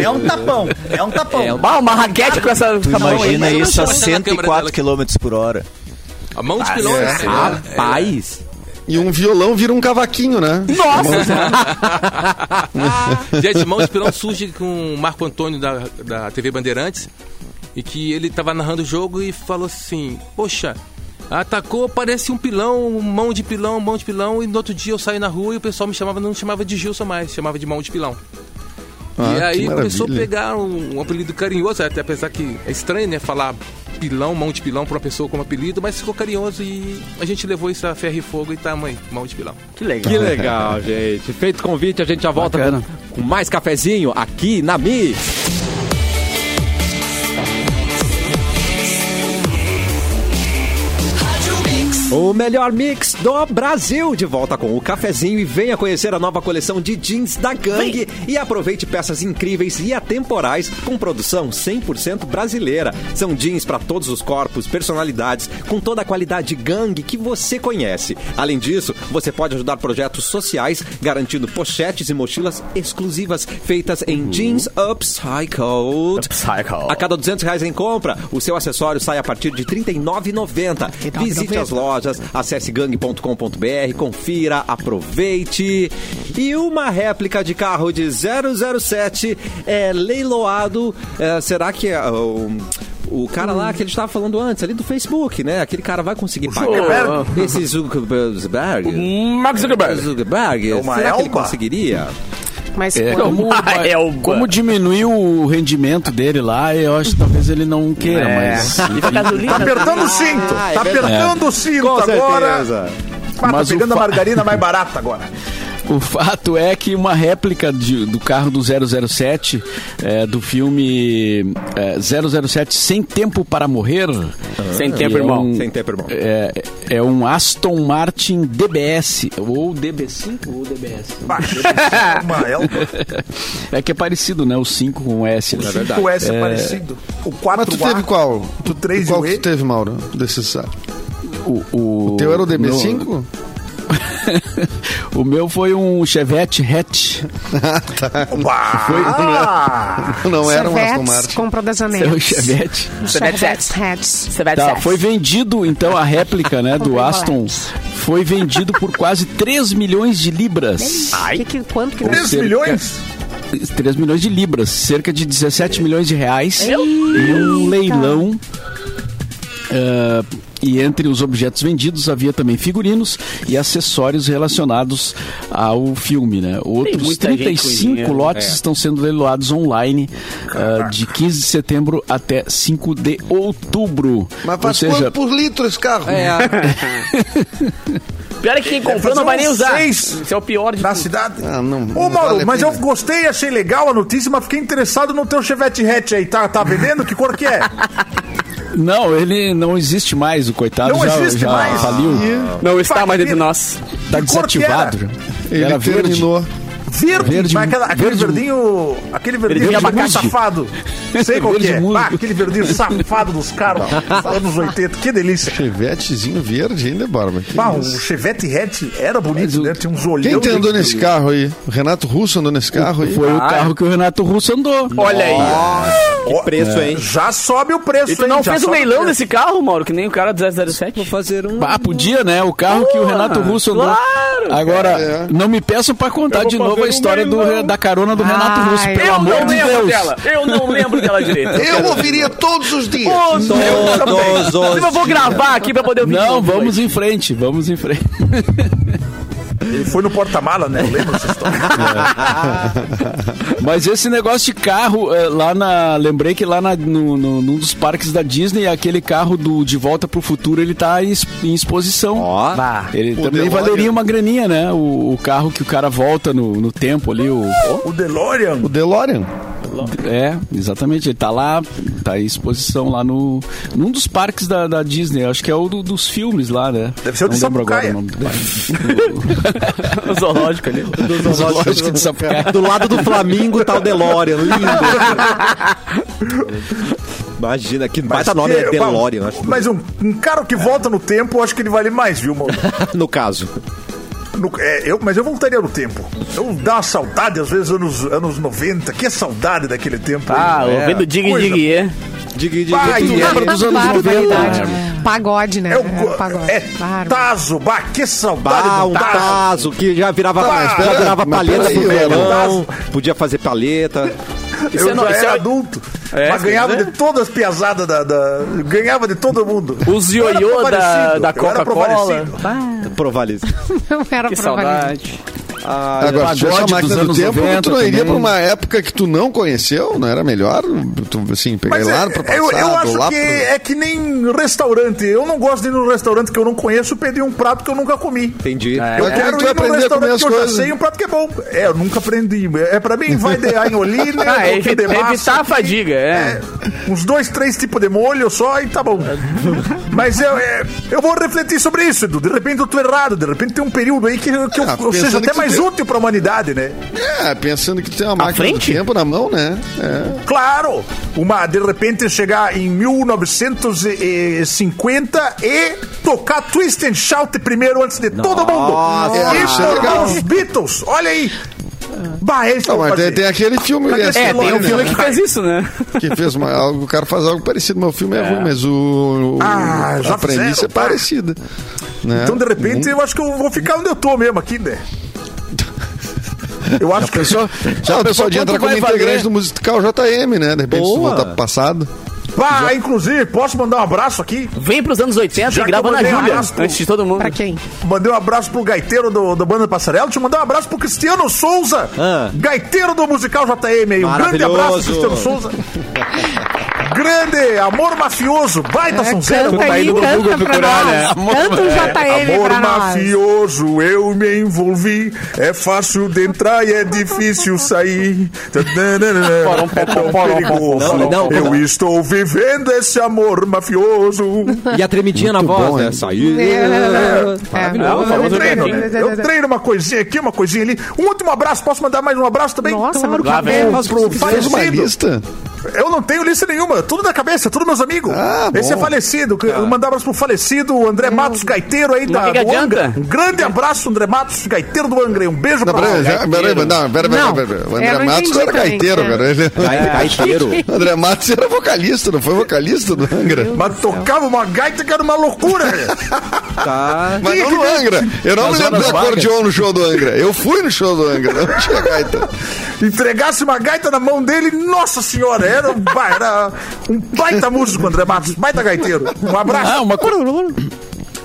Speaker 13: É um tapão, é um tapão.
Speaker 1: É um-
Speaker 2: Bah, uma raquete com essa
Speaker 13: Tu
Speaker 1: Tá
Speaker 2: com a mão
Speaker 1: então
Speaker 2: aí.
Speaker 13: imagina isso a
Speaker 12: Deixa eu botar na câmera
Speaker 13: 104 km por hora.
Speaker 12: A mão
Speaker 1: Ah,
Speaker 12: de pilão
Speaker 7: é.
Speaker 12: é, assim, né?
Speaker 1: Rapaz!
Speaker 7: E um violão vira um cavaquinho, né?
Speaker 12: Gente, Mão de Pirão surge com o Marco Antônio da, da TV Bandeirantes e que ele tava narrando o jogo e falou assim: Poxa, atacou, parece um pilão, um mão de pilão, mão de pilão. E no outro dia eu saí na rua e o pessoal me chamava, não chamava de Gilson mais, chamava de mão de pilão.
Speaker 7: Ah,
Speaker 12: e aí
Speaker 7: que
Speaker 12: começou a
Speaker 7: maravilha.
Speaker 12: pegar um, um apelido carinhoso, até apesar que é estranho, né? Falar pilão, mão de pilão pra uma pessoa como apelido, mas ficou carinhoso e a gente levou isso a ferro e fogo e tá, mãe, mão de pilão.
Speaker 2: Que legal.
Speaker 1: Que legal, gente. Feito o convite, a gente já volta com, com mais cafezinho aqui na Mi. O melhor mix do Brasil de volta com o cafezinho e venha conhecer a nova coleção de jeans da Gang e aproveite peças incríveis e atemporais com produção 100% brasileira. São jeans para todos os corpos, personalidades, com toda a qualidade Gang que você conhece. Além disso, você pode ajudar projetos sociais garantindo pochetes e mochilas exclusivas feitas em jeans upcycled.
Speaker 2: Upcycled.
Speaker 1: A cada 200 reais em compra, o seu acessório sai a partir de R$ 39,90. Visite as lojas, acesse gang.com.br, confira, aproveite. E uma réplica de carro de 007 é leiloado. é, será que é, um, o cara lá que a gente estava falando antes, ali do Facebook, né? Aquele cara vai conseguir pagar
Speaker 2: Zuckerberg.
Speaker 1: esse Zuckerberg?
Speaker 2: Mark Zuckerberg.
Speaker 1: Zuckerberg?
Speaker 13: É uma
Speaker 1: Será que ele
Speaker 13: elba.
Speaker 1: conseguiria?
Speaker 3: Mas
Speaker 6: É,
Speaker 3: quando-
Speaker 6: como,
Speaker 2: Ah, é o-
Speaker 6: como diminuiu o rendimento dele lá, eu acho que talvez ele não queira,
Speaker 2: É.
Speaker 6: mas.
Speaker 2: Tá
Speaker 8: Tá apertando o cinto.
Speaker 1: Ah, é
Speaker 8: tá
Speaker 1: verdade.
Speaker 8: apertando o cinto
Speaker 1: Com
Speaker 8: agora.
Speaker 1: certeza.
Speaker 8: Ah, tá
Speaker 6: Mas o
Speaker 8: pegando a
Speaker 6: fa-
Speaker 8: margarina mais barata agora.
Speaker 6: O fato é que uma réplica de- do carro do 007, é, do filme é, 007 Sem Tempo para Morrer.
Speaker 2: Sem
Speaker 6: que
Speaker 2: tempo,
Speaker 6: é
Speaker 2: irmão.
Speaker 6: um-
Speaker 1: Sem tempo, irmão.
Speaker 6: É, é um Aston Martin DBS, ou DB5 ou DBS.
Speaker 8: Uma elba.
Speaker 6: É que é parecido, né? O 5 com o S. né?
Speaker 8: O S é
Speaker 6: É,
Speaker 8: parecido. O
Speaker 7: Mas
Speaker 8: 4
Speaker 7: tu teve qual?
Speaker 8: Tu três
Speaker 7: qual
Speaker 8: e o
Speaker 7: que
Speaker 8: E?
Speaker 7: tu teve, Mauro? Desses, ah,
Speaker 6: O, o,
Speaker 7: o teu era o
Speaker 6: no-
Speaker 7: DB5?
Speaker 6: o meu foi um Chevette hatch.
Speaker 7: Ah, tá.
Speaker 8: né?
Speaker 7: Não era um Aston
Speaker 3: Chevetes
Speaker 7: Martin.
Speaker 3: compra das
Speaker 6: É um
Speaker 3: anéis.
Speaker 6: Chevette.
Speaker 3: Chevetes. Hats.
Speaker 2: Você vai
Speaker 6: Tá,
Speaker 2: dizer.
Speaker 6: foi vendido então a réplica, né, do
Speaker 3: Comprei
Speaker 6: Aston. Foi vendido por quase 3 milhões de libras.
Speaker 3: Que, que, quanto que...
Speaker 6: Ou
Speaker 3: nós-
Speaker 8: Três
Speaker 6: cerca-
Speaker 8: milhões?
Speaker 6: 3 milhões de libras, cerca de 17 milhões de reais. Em um leilão. ah, e entre os objetos vendidos havia também figurinos e acessórios relacionados ao filme, né? Outros
Speaker 2: muita gente com
Speaker 6: 35
Speaker 2: dinheiro,
Speaker 6: lotes
Speaker 2: é.
Speaker 6: estão sendo leiloados online ah, de 15 de setembro até 5 de outubro.
Speaker 7: Mas
Speaker 6: Ou
Speaker 7: faz
Speaker 6: seja,
Speaker 7: quanto por litro esse carro?
Speaker 2: Pior é que quem comprou
Speaker 8: fazer
Speaker 2: não vai nem
Speaker 8: um
Speaker 2: usar.
Speaker 8: seis.
Speaker 2: Isso é o pior de
Speaker 8: Na
Speaker 2: tudo.
Speaker 8: cidade?
Speaker 7: Ah, não-
Speaker 8: Ô,
Speaker 7: não
Speaker 8: Mauro,
Speaker 7: vale a
Speaker 8: mas eu
Speaker 7: pena.
Speaker 8: gostei, achei legal a notícia, mas fiquei interessado no teu Chevette Hatch aí. Tá, tá vendendo? Que cor que é?
Speaker 6: Não, ele não existe mais, o coitado
Speaker 8: Não
Speaker 6: já,
Speaker 8: existe
Speaker 6: já
Speaker 8: mais.
Speaker 6: faliu.
Speaker 2: Não está
Speaker 8: Pá,
Speaker 2: mais
Speaker 8: que-
Speaker 2: entre nós.
Speaker 6: Tá
Speaker 8: Que cor que era?
Speaker 6: desativado. já.
Speaker 7: Ele
Speaker 6: Era verde.
Speaker 7: terminou.
Speaker 8: Verde,
Speaker 6: Verde-
Speaker 8: mas aquela- aquele
Speaker 6: verde-
Speaker 8: verdinho. Aquele verdinho
Speaker 6: Verde
Speaker 8: muito
Speaker 6: musgo.
Speaker 8: safado. Sei qual que
Speaker 6: Verde
Speaker 8: é.
Speaker 6: musgo.
Speaker 8: Ah, aquele verdinho safado dos carros. dos anos 80. Que delícia.
Speaker 7: Chevetezinho verde ainda, Barba. Que
Speaker 8: Bah, o
Speaker 7: isso.
Speaker 8: Chevette Hatch era bonito, né? Tinha uns olhões.
Speaker 7: Quem que andou
Speaker 8: de-
Speaker 7: nesse carro aí? O Renato Russo andou nesse carro aí?
Speaker 6: Foi o
Speaker 2: Ah, é?
Speaker 6: carro que o Renato Russo andou.
Speaker 2: Olha aí.
Speaker 1: Que preço, hein?
Speaker 8: Já sobe o preço,
Speaker 2: E tu não fez um leilão desse carro, Mauro, que nem o cara do 007? Vou
Speaker 1: fazer um.
Speaker 6: Ah, podia, né? O carro que o
Speaker 2: Porra,
Speaker 6: Renato Russo andou.
Speaker 2: Ah, claro,
Speaker 6: Agora,
Speaker 2: cara.
Speaker 6: não me peçam pra contar
Speaker 2: Eu
Speaker 6: de
Speaker 2: vou
Speaker 6: novo
Speaker 2: fazer
Speaker 6: a
Speaker 2: um
Speaker 6: história do-
Speaker 2: leilão.
Speaker 6: da carona do Renato
Speaker 2: Ai,
Speaker 6: Russo. Pelo
Speaker 2: eu
Speaker 6: amor
Speaker 2: não
Speaker 6: de
Speaker 2: lembro
Speaker 6: Deus.
Speaker 2: dela. Eu não lembro dela direito.
Speaker 7: Eu ouviria todos os dias.
Speaker 2: Todos
Speaker 1: Todos os
Speaker 2: Eu vou
Speaker 1: dias.
Speaker 2: gravar aqui pra poder ouvir.
Speaker 6: Não,
Speaker 2: tudo.
Speaker 6: vamos em frente, vamos em frente.
Speaker 8: Ele foi no porta-mala, né? Eu lembro dessa história.
Speaker 6: Mas esse negócio de carro, é, lá na. Lembrei que lá na- no, no- num dos parques da Disney, aquele carro do De Volta pro Futuro, ele tá em, es- em exposição.
Speaker 1: Ó.
Speaker 6: Ele
Speaker 7: O
Speaker 6: também
Speaker 7: DeLorean.
Speaker 6: valeria uma graninha, né? O, o carro que o cara volta no, no tempo ali. O,
Speaker 8: O DeLorean.
Speaker 7: O DeLorean.
Speaker 6: é, exatamente. Ele tá lá, tá em exposição lá no. Num dos parques da, da Disney, acho que é o do- dos filmes lá, né?
Speaker 8: Deve ser o
Speaker 6: Não
Speaker 8: de
Speaker 6: lembro agora
Speaker 8: Sapucaia.
Speaker 6: o nome do parque.
Speaker 2: O zoológico ali.
Speaker 6: O zoológico de Sapucaia.
Speaker 1: Do lado do Flamingo tá o DeLorean. Lindo. Imagina, que baita
Speaker 8: Mas
Speaker 1: nome
Speaker 8: que-
Speaker 1: é DeLorean, eu acho.
Speaker 8: Mas um, um cara que volta no tempo, eu acho que ele vale mais, viu, mano?
Speaker 1: No caso.
Speaker 8: No- é, eu, mas eu voltaria no tempo. Eu dá uma saudade, às vezes, anos, anos 90. Que saudade daquele tempo.
Speaker 2: Ah,
Speaker 8: hein?
Speaker 2: ouvindo Dig
Speaker 8: Coisa-
Speaker 2: Dig é.
Speaker 1: Diga, diga,
Speaker 8: Vai,
Speaker 1: diga.
Speaker 8: tu lembra
Speaker 6: dos anos
Speaker 3: Claro,
Speaker 6: 90,
Speaker 3: variedade.
Speaker 6: né?
Speaker 3: Pagode, né?
Speaker 8: É, o,
Speaker 3: Era pagode.
Speaker 8: é
Speaker 3: Claro.
Speaker 8: Tazo, bah, que saudade
Speaker 1: Bah,
Speaker 8: do
Speaker 1: um
Speaker 8: Tazo.
Speaker 1: taso que já virava,
Speaker 8: Bah,
Speaker 1: já virava
Speaker 7: mas
Speaker 1: palheta
Speaker 7: peraí,
Speaker 1: pro
Speaker 7: velho.
Speaker 1: verão. Podia fazer palheta.
Speaker 2: Isso
Speaker 8: Eu
Speaker 2: é
Speaker 8: já
Speaker 2: no- isso
Speaker 8: era
Speaker 2: é-
Speaker 8: adulto,
Speaker 2: É,
Speaker 8: mas ganhava
Speaker 2: pois é.
Speaker 8: de todas as piazadas da, da- Ganhava de todo mundo.
Speaker 2: Os
Speaker 8: Eu era
Speaker 2: ioiô da,
Speaker 8: provarecido,
Speaker 2: da
Speaker 8: eu era
Speaker 2: Coca-Cola.
Speaker 8: provarecido.
Speaker 2: Ah,
Speaker 1: Provaliza.
Speaker 3: Não era
Speaker 2: Que
Speaker 3: pra valer.
Speaker 2: saudade.
Speaker 7: Agora, se tivesse uma
Speaker 6: Ah, é pagode dos
Speaker 7: máquina do
Speaker 6: anos
Speaker 7: tempo, tu
Speaker 6: 90
Speaker 7: não iria
Speaker 6: também.
Speaker 7: pra uma época que tu não conheceu? Não era melhor? Tu, assim, pegar
Speaker 8: Mas
Speaker 7: lá
Speaker 8: é-
Speaker 7: pra passar,
Speaker 8: eu, eu acho
Speaker 7: lá
Speaker 8: que
Speaker 7: pro-
Speaker 8: é que nem restaurante. Eu não gosto de ir num restaurante que eu não conheço pedir um prato que eu nunca comi.
Speaker 1: Entendi.
Speaker 8: Eu
Speaker 7: É,
Speaker 8: quero
Speaker 7: tu
Speaker 8: ir num
Speaker 7: aprender a comer
Speaker 8: restaurante
Speaker 7: as
Speaker 8: que eu já
Speaker 7: coisas.
Speaker 8: sei um prato que é bom. É, eu nunca aprendi. É, pra mim, vai de anholine,
Speaker 2: Ah, é
Speaker 8: um pouquinho de
Speaker 2: evi- é
Speaker 8: massa
Speaker 2: evitar a
Speaker 8: aqui.
Speaker 2: fadiga, é.
Speaker 8: Uns dois, três tipos de molho só e tá bom. Mas eu, é, eu vou refletir sobre isso, Edu. De repente eu tô errado. De repente tem um período aí que, eu- que eu,
Speaker 7: Ah,
Speaker 8: eu seja
Speaker 7: pensando
Speaker 8: até
Speaker 7: que
Speaker 8: mais
Speaker 7: tu-
Speaker 8: útil pra humanidade, né?
Speaker 7: É, pensando que tu tem uma máquina
Speaker 2: frente?
Speaker 7: do tempo na mão, né?
Speaker 8: Então,
Speaker 7: É.
Speaker 8: Claro! Uma, de repente, chegar em 1950 e tocar Twist and Shout primeiro antes de todo mundo!
Speaker 7: Nossa,
Speaker 8: E
Speaker 7: isso é
Speaker 8: formar
Speaker 7: legal.
Speaker 8: os Beatles! Olha aí! Bah, é isso que
Speaker 7: Não,
Speaker 8: eu vou
Speaker 7: mas tem,
Speaker 8: fazer.
Speaker 7: tem aquele filme...
Speaker 8: Pra que né?
Speaker 7: esse
Speaker 8: esse
Speaker 2: É, tem um
Speaker 8: Lorena.
Speaker 2: filme que fez isso, né?
Speaker 7: que fez uma, algo, o cara faz algo parecido, mas o filme é, ruim, mas o, o-
Speaker 8: Ah, já
Speaker 7: a premissa
Speaker 8: fizeram,
Speaker 7: é parecida. né?
Speaker 8: Então, de repente, eu acho que eu vou ficar onde eu tô mesmo aqui, né? Eu acho que.
Speaker 6: Pessoal,
Speaker 7: já o pessoal de
Speaker 6: quanto
Speaker 7: entrar como
Speaker 6: vai
Speaker 7: integrante
Speaker 6: valer? né?
Speaker 7: do musical JM, né? De repente isso
Speaker 1: Boa.
Speaker 7: volta pro passado.
Speaker 8: Bah, inclusive, posso mandar um abraço aqui?
Speaker 2: Vem pros anos 80
Speaker 8: Já
Speaker 2: e grava
Speaker 8: que eu
Speaker 2: na
Speaker 8: mandei um
Speaker 2: Júlia,
Speaker 8: abraço pro-
Speaker 2: antes de todo mundo.
Speaker 3: Pra quem?
Speaker 8: Mandei um abraço pro gaiteiro do, do Banda Passarela. Te mandar um abraço pro Cristiano Souza,
Speaker 1: Ah.
Speaker 8: gaiteiro do musical JM aí. Um grande
Speaker 1: Maravilhoso.
Speaker 8: abraço, Cristiano Souza. grande amor mafioso, baita
Speaker 3: É,
Speaker 8: sonzeiro.
Speaker 3: canta aí, canta pra nós. Canta o JM
Speaker 8: né? é, Amor
Speaker 3: pra nós.
Speaker 8: mafioso, eu me envolvi. É fácil de entrar e é difícil sair. É tão perigoso.
Speaker 1: Não, não,
Speaker 8: Eu
Speaker 1: não.
Speaker 8: estou vivendo esse amor mafioso.
Speaker 1: E a tremidinha na
Speaker 7: Muito
Speaker 1: voz,
Speaker 7: bom,
Speaker 1: né? É.
Speaker 7: hein?
Speaker 1: Saiu.
Speaker 3: É,
Speaker 2: Não,
Speaker 1: Maravilhoso.
Speaker 2: o famoso
Speaker 8: Eu treino, né?
Speaker 2: gatinho.
Speaker 8: Eu treino uma coisinha aqui, uma coisinha ali. Um último abraço, posso mandar mais um abraço também?
Speaker 3: Nossa,
Speaker 8: Claro
Speaker 3: lá
Speaker 8: que
Speaker 2: vem.
Speaker 8: eu-
Speaker 7: Mas
Speaker 8: pro
Speaker 7: tu fez uma
Speaker 8: falecido.
Speaker 7: lista?
Speaker 8: Eu não tenho lista nenhuma, tudo na cabeça, tudo meus amigos.
Speaker 7: Ah, bom. Tá.
Speaker 8: Esse é falecido. que- Eu mandar abraço pro falecido, o André Matos, gaiteiro aí da
Speaker 2: que que
Speaker 8: do
Speaker 2: adianta?
Speaker 8: Angra. Um grande abraço, André Matos, gaiteiro do Angra. Um beijo
Speaker 7: Não,
Speaker 8: pra
Speaker 7: peraí,
Speaker 8: você.
Speaker 6: é
Speaker 7: já- peraí,
Speaker 2: gaiteiro.
Speaker 7: não, peraí, peraí,
Speaker 3: Não,
Speaker 7: peraí, peraí. O
Speaker 3: eu
Speaker 7: André
Speaker 3: não
Speaker 7: Matos
Speaker 3: entendi
Speaker 7: era
Speaker 3: também,
Speaker 7: gaiteiro,
Speaker 3: é.
Speaker 7: cara. Ele-
Speaker 1: Gai- Gaiteiro.
Speaker 7: O André Matos era vocalista, não foi vocalista do Angra?
Speaker 8: Mas tocava uma gaita que era uma loucura. velho. é?
Speaker 1: Tá.
Speaker 7: Mas não no Angra. Eu não
Speaker 6: Nas
Speaker 7: me lembro
Speaker 6: horas
Speaker 7: do
Speaker 6: vagas.
Speaker 7: acordeon no show do Angra. Eu fui no show do Angra, não tinha gaita.
Speaker 8: Entregasse uma gaita na mão dele, nossa senhora, era um, ba- era um baita músico, André Matos, baita gaiteiro. Um abraço.
Speaker 6: Ah, uma coisa.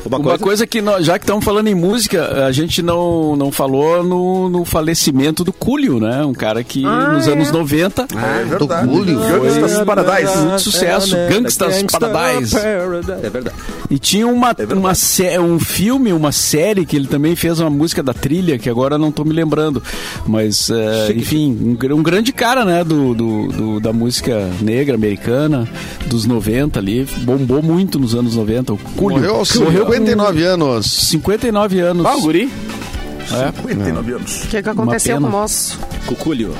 Speaker 6: Uma coisa, que nós, já que estamos falando em música, a gente não, não falou no, no falecimento do Cúlio, né? Um cara que nos anos 90
Speaker 8: É verdade.
Speaker 7: Bullying.
Speaker 8: Gangsta's Paradise.
Speaker 6: muito sucesso,
Speaker 1: Ah, né,
Speaker 6: Gangstas Paradise.
Speaker 1: É verdade.
Speaker 6: E tinha
Speaker 7: É
Speaker 6: uma, uma sé- um filme, uma série que ele também fez uma música da trilha, que agora não tô me lembrando. Mas, é, enfim, um, gr- um grande cara, né, do, do- do- da música negra americana, dos 90 ali. Bombou muito nos anos 90. O Cúlio
Speaker 7: Morreu aos
Speaker 6: Morreu com
Speaker 7: 59 anos.
Speaker 6: 59 anos.
Speaker 2: Ah, o guri.
Speaker 8: 59 anos.
Speaker 3: O que, que aconteceu com
Speaker 6: pena.
Speaker 3: o moço?
Speaker 6: Cuculho.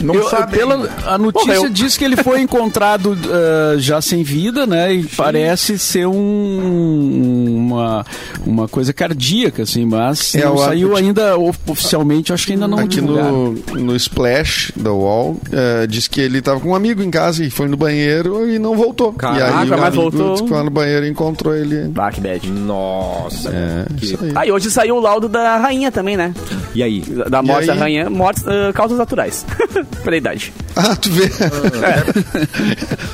Speaker 8: Não
Speaker 6: eu,
Speaker 8: sabe
Speaker 6: pela-
Speaker 8: ainda.
Speaker 6: a notícia
Speaker 8: Porra, eu-
Speaker 6: diz que ele foi encontrado eh, já sem vida, né? E parece ser um- uma, uma coisa cardíaca, assim, mas
Speaker 7: É,
Speaker 6: não
Speaker 7: o-
Speaker 6: saiu ainda of- oficialmente, acho que ainda não
Speaker 7: Tá Aqui
Speaker 6: divulgaram.
Speaker 7: no, no Splash da UOL, eh, diz que ele tava com um amigo em casa e foi no banheiro e não voltou.
Speaker 2: Caraca,
Speaker 7: e aí, o
Speaker 2: mas
Speaker 7: amigo
Speaker 2: voltou.
Speaker 7: disse que foi lá no banheiro e encontrou ele.
Speaker 2: Ah, que bad.
Speaker 1: Nossa.
Speaker 7: É,
Speaker 1: que-
Speaker 7: isso aí.
Speaker 2: Ah, e hoje saiu o laudo da rainha também, né?
Speaker 1: E aí?
Speaker 2: Da
Speaker 1: E
Speaker 2: morte da
Speaker 1: aí?
Speaker 2: rainha, mortes, ah, causas naturais. Pela idade.
Speaker 7: Ah, tu vê.
Speaker 2: É.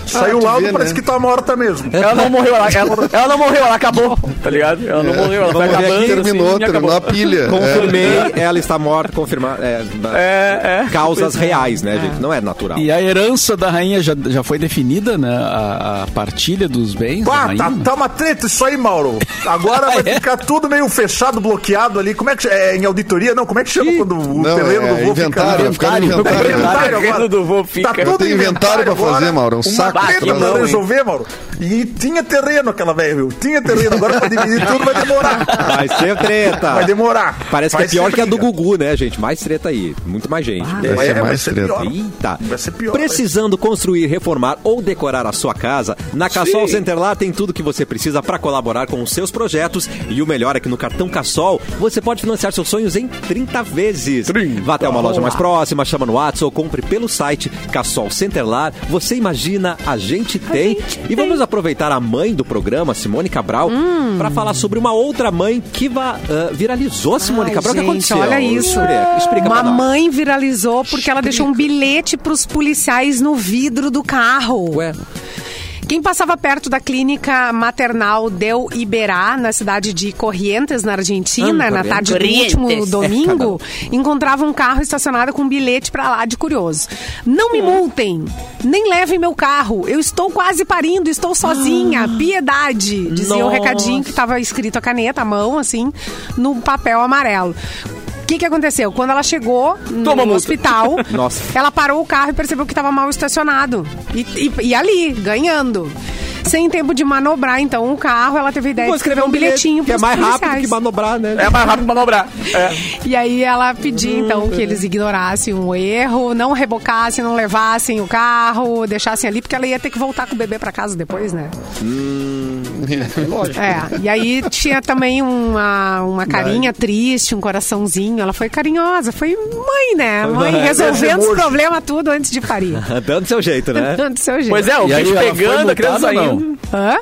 Speaker 8: Saiu
Speaker 2: tu
Speaker 8: lá,
Speaker 2: vê,
Speaker 8: parece
Speaker 2: né?
Speaker 8: que tá morta mesmo.
Speaker 2: Ela não morreu, ela, ela, ela não morreu, ela acabou, tá ligado? Ela não
Speaker 1: É,
Speaker 2: morreu, ela vai
Speaker 1: vamos ver
Speaker 2: acabando.
Speaker 1: aqui.
Speaker 2: assim, e acabou.
Speaker 1: Confirmei, É. ela está morta, confirmar. É,
Speaker 2: É, é.
Speaker 1: Causas
Speaker 6: Pois é.
Speaker 1: reais, né, gente? Não é natural.
Speaker 6: E a herança da rainha já, já foi definida, né? A, a partilha dos bens da
Speaker 8: Ah,
Speaker 6: rainha.
Speaker 8: tá, tá uma treta isso aí, Mauro. Agora vai ficar tudo meio fechado, bloqueado ali. Como é que é em auditoria? Não, como é que chama quando o
Speaker 7: Não,
Speaker 8: terreno
Speaker 7: é
Speaker 8: do vovô
Speaker 7: inventário,
Speaker 8: fica É
Speaker 7: ficar no inventário.
Speaker 8: Inventário agora.
Speaker 2: Terreno do voo fica.
Speaker 8: Tá
Speaker 7: Eu
Speaker 8: todo
Speaker 7: tenho inventário pra fazer,
Speaker 8: agora.
Speaker 7: Mauro, é um
Speaker 8: Uma
Speaker 7: saco pra
Speaker 8: treta
Speaker 7: trabalhar,
Speaker 8: pra
Speaker 7: hein?
Speaker 8: resolver, Mauro. E tinha terreno aquela velha, viu? Tinha terreno. Agora pra dividir tudo vai demorar.
Speaker 1: Vai ser treta.
Speaker 8: Vai demorar.
Speaker 1: Tá. Parece
Speaker 8: Vai
Speaker 1: que é pior
Speaker 8: ser
Speaker 1: que a do
Speaker 8: briga.
Speaker 1: Gugu, né, gente? Mais treta aí. Muito mais gente.
Speaker 7: Vai ser é mais treta.
Speaker 8: pior.
Speaker 1: Eita.
Speaker 8: Vai ser pior.
Speaker 1: Precisando construir, reformar ou decorar a sua casa, na Cassol Centerlar tem tudo que você precisa para colaborar com os seus projetos. E o melhor é que no cartão Cassol você pode financiar seus sonhos em 30 vezes. Vá até uma loja mais próxima, chama no WhatsApp ou compre pelo site Cassol Centerlar. Você imagina, a gente tem. e vamos aproveitar a mãe do programa, Simone Cabral, para falar sobre uma outra mãe que va- ah, viralizou Simone
Speaker 3: Ai,
Speaker 1: Cabral. o que
Speaker 3: gente,
Speaker 1: aconteceu?
Speaker 3: olha isso.
Speaker 1: Explica, explica pra
Speaker 3: Uma
Speaker 1: nós.
Speaker 3: mãe viralizou porque ela deixou um bilhete para os policiais no vidro do carro.
Speaker 1: Ué.
Speaker 3: Quem passava perto da clínica maternal Del Iberá, na cidade de Corrientes, na Argentina,
Speaker 14: Ah,
Speaker 3: na
Speaker 14: Corrientes.
Speaker 3: tarde
Speaker 14: Corrientes.
Speaker 3: do
Speaker 1: É,
Speaker 3: último domingo, encontrava um carro estacionado com um bilhete para lá de curioso. Não me
Speaker 1: Hum.
Speaker 3: multem, nem levem meu carro, eu estou quase parindo, estou sozinha,
Speaker 1: Ah.
Speaker 3: piedade, dizia o
Speaker 14: Nossa.
Speaker 3: recadinho que estava escrito a caneta, a mão, assim, no papel amarelo. O que, que aconteceu? Quando ela chegou
Speaker 2: Toma
Speaker 3: no
Speaker 2: multa.
Speaker 3: hospital,
Speaker 1: Nossa.
Speaker 3: ela parou o carro e percebeu que estava mal estacionado. E, e- e ali, ganhando. Sem tempo de manobrar, então, o carro, ela teve a ideia
Speaker 1: Vou
Speaker 3: de escrever um
Speaker 1: bilhete,
Speaker 3: bilhetinho
Speaker 1: que
Speaker 3: para
Speaker 1: é
Speaker 3: os
Speaker 1: mais
Speaker 3: policiais.
Speaker 1: rápido que manobrar, né?
Speaker 2: É mais rápido pra dobrar. É.
Speaker 3: E aí ela pedia, então, que eles ignorassem o erro, não rebocassem, não levassem o carro, deixassem ali, porque ela ia ter que voltar com o bebê para casa depois, né?
Speaker 7: Lógico.
Speaker 3: É, e aí tinha também uma, uma carinha triste, um coraçãozinho. Ela foi carinhosa, foi mãe, né? Mãe
Speaker 1: Mãe.
Speaker 3: resolvendo os
Speaker 1: Emoji.
Speaker 3: problemas tudo antes de parir.
Speaker 1: Dando seu jeito, né?
Speaker 3: Dando seu jeito.
Speaker 2: Pois é, o
Speaker 1: E aí,
Speaker 2: bicho
Speaker 1: ela foi
Speaker 2: pegando, a criança
Speaker 1: multada ou não?
Speaker 2: saindo.
Speaker 3: Hã?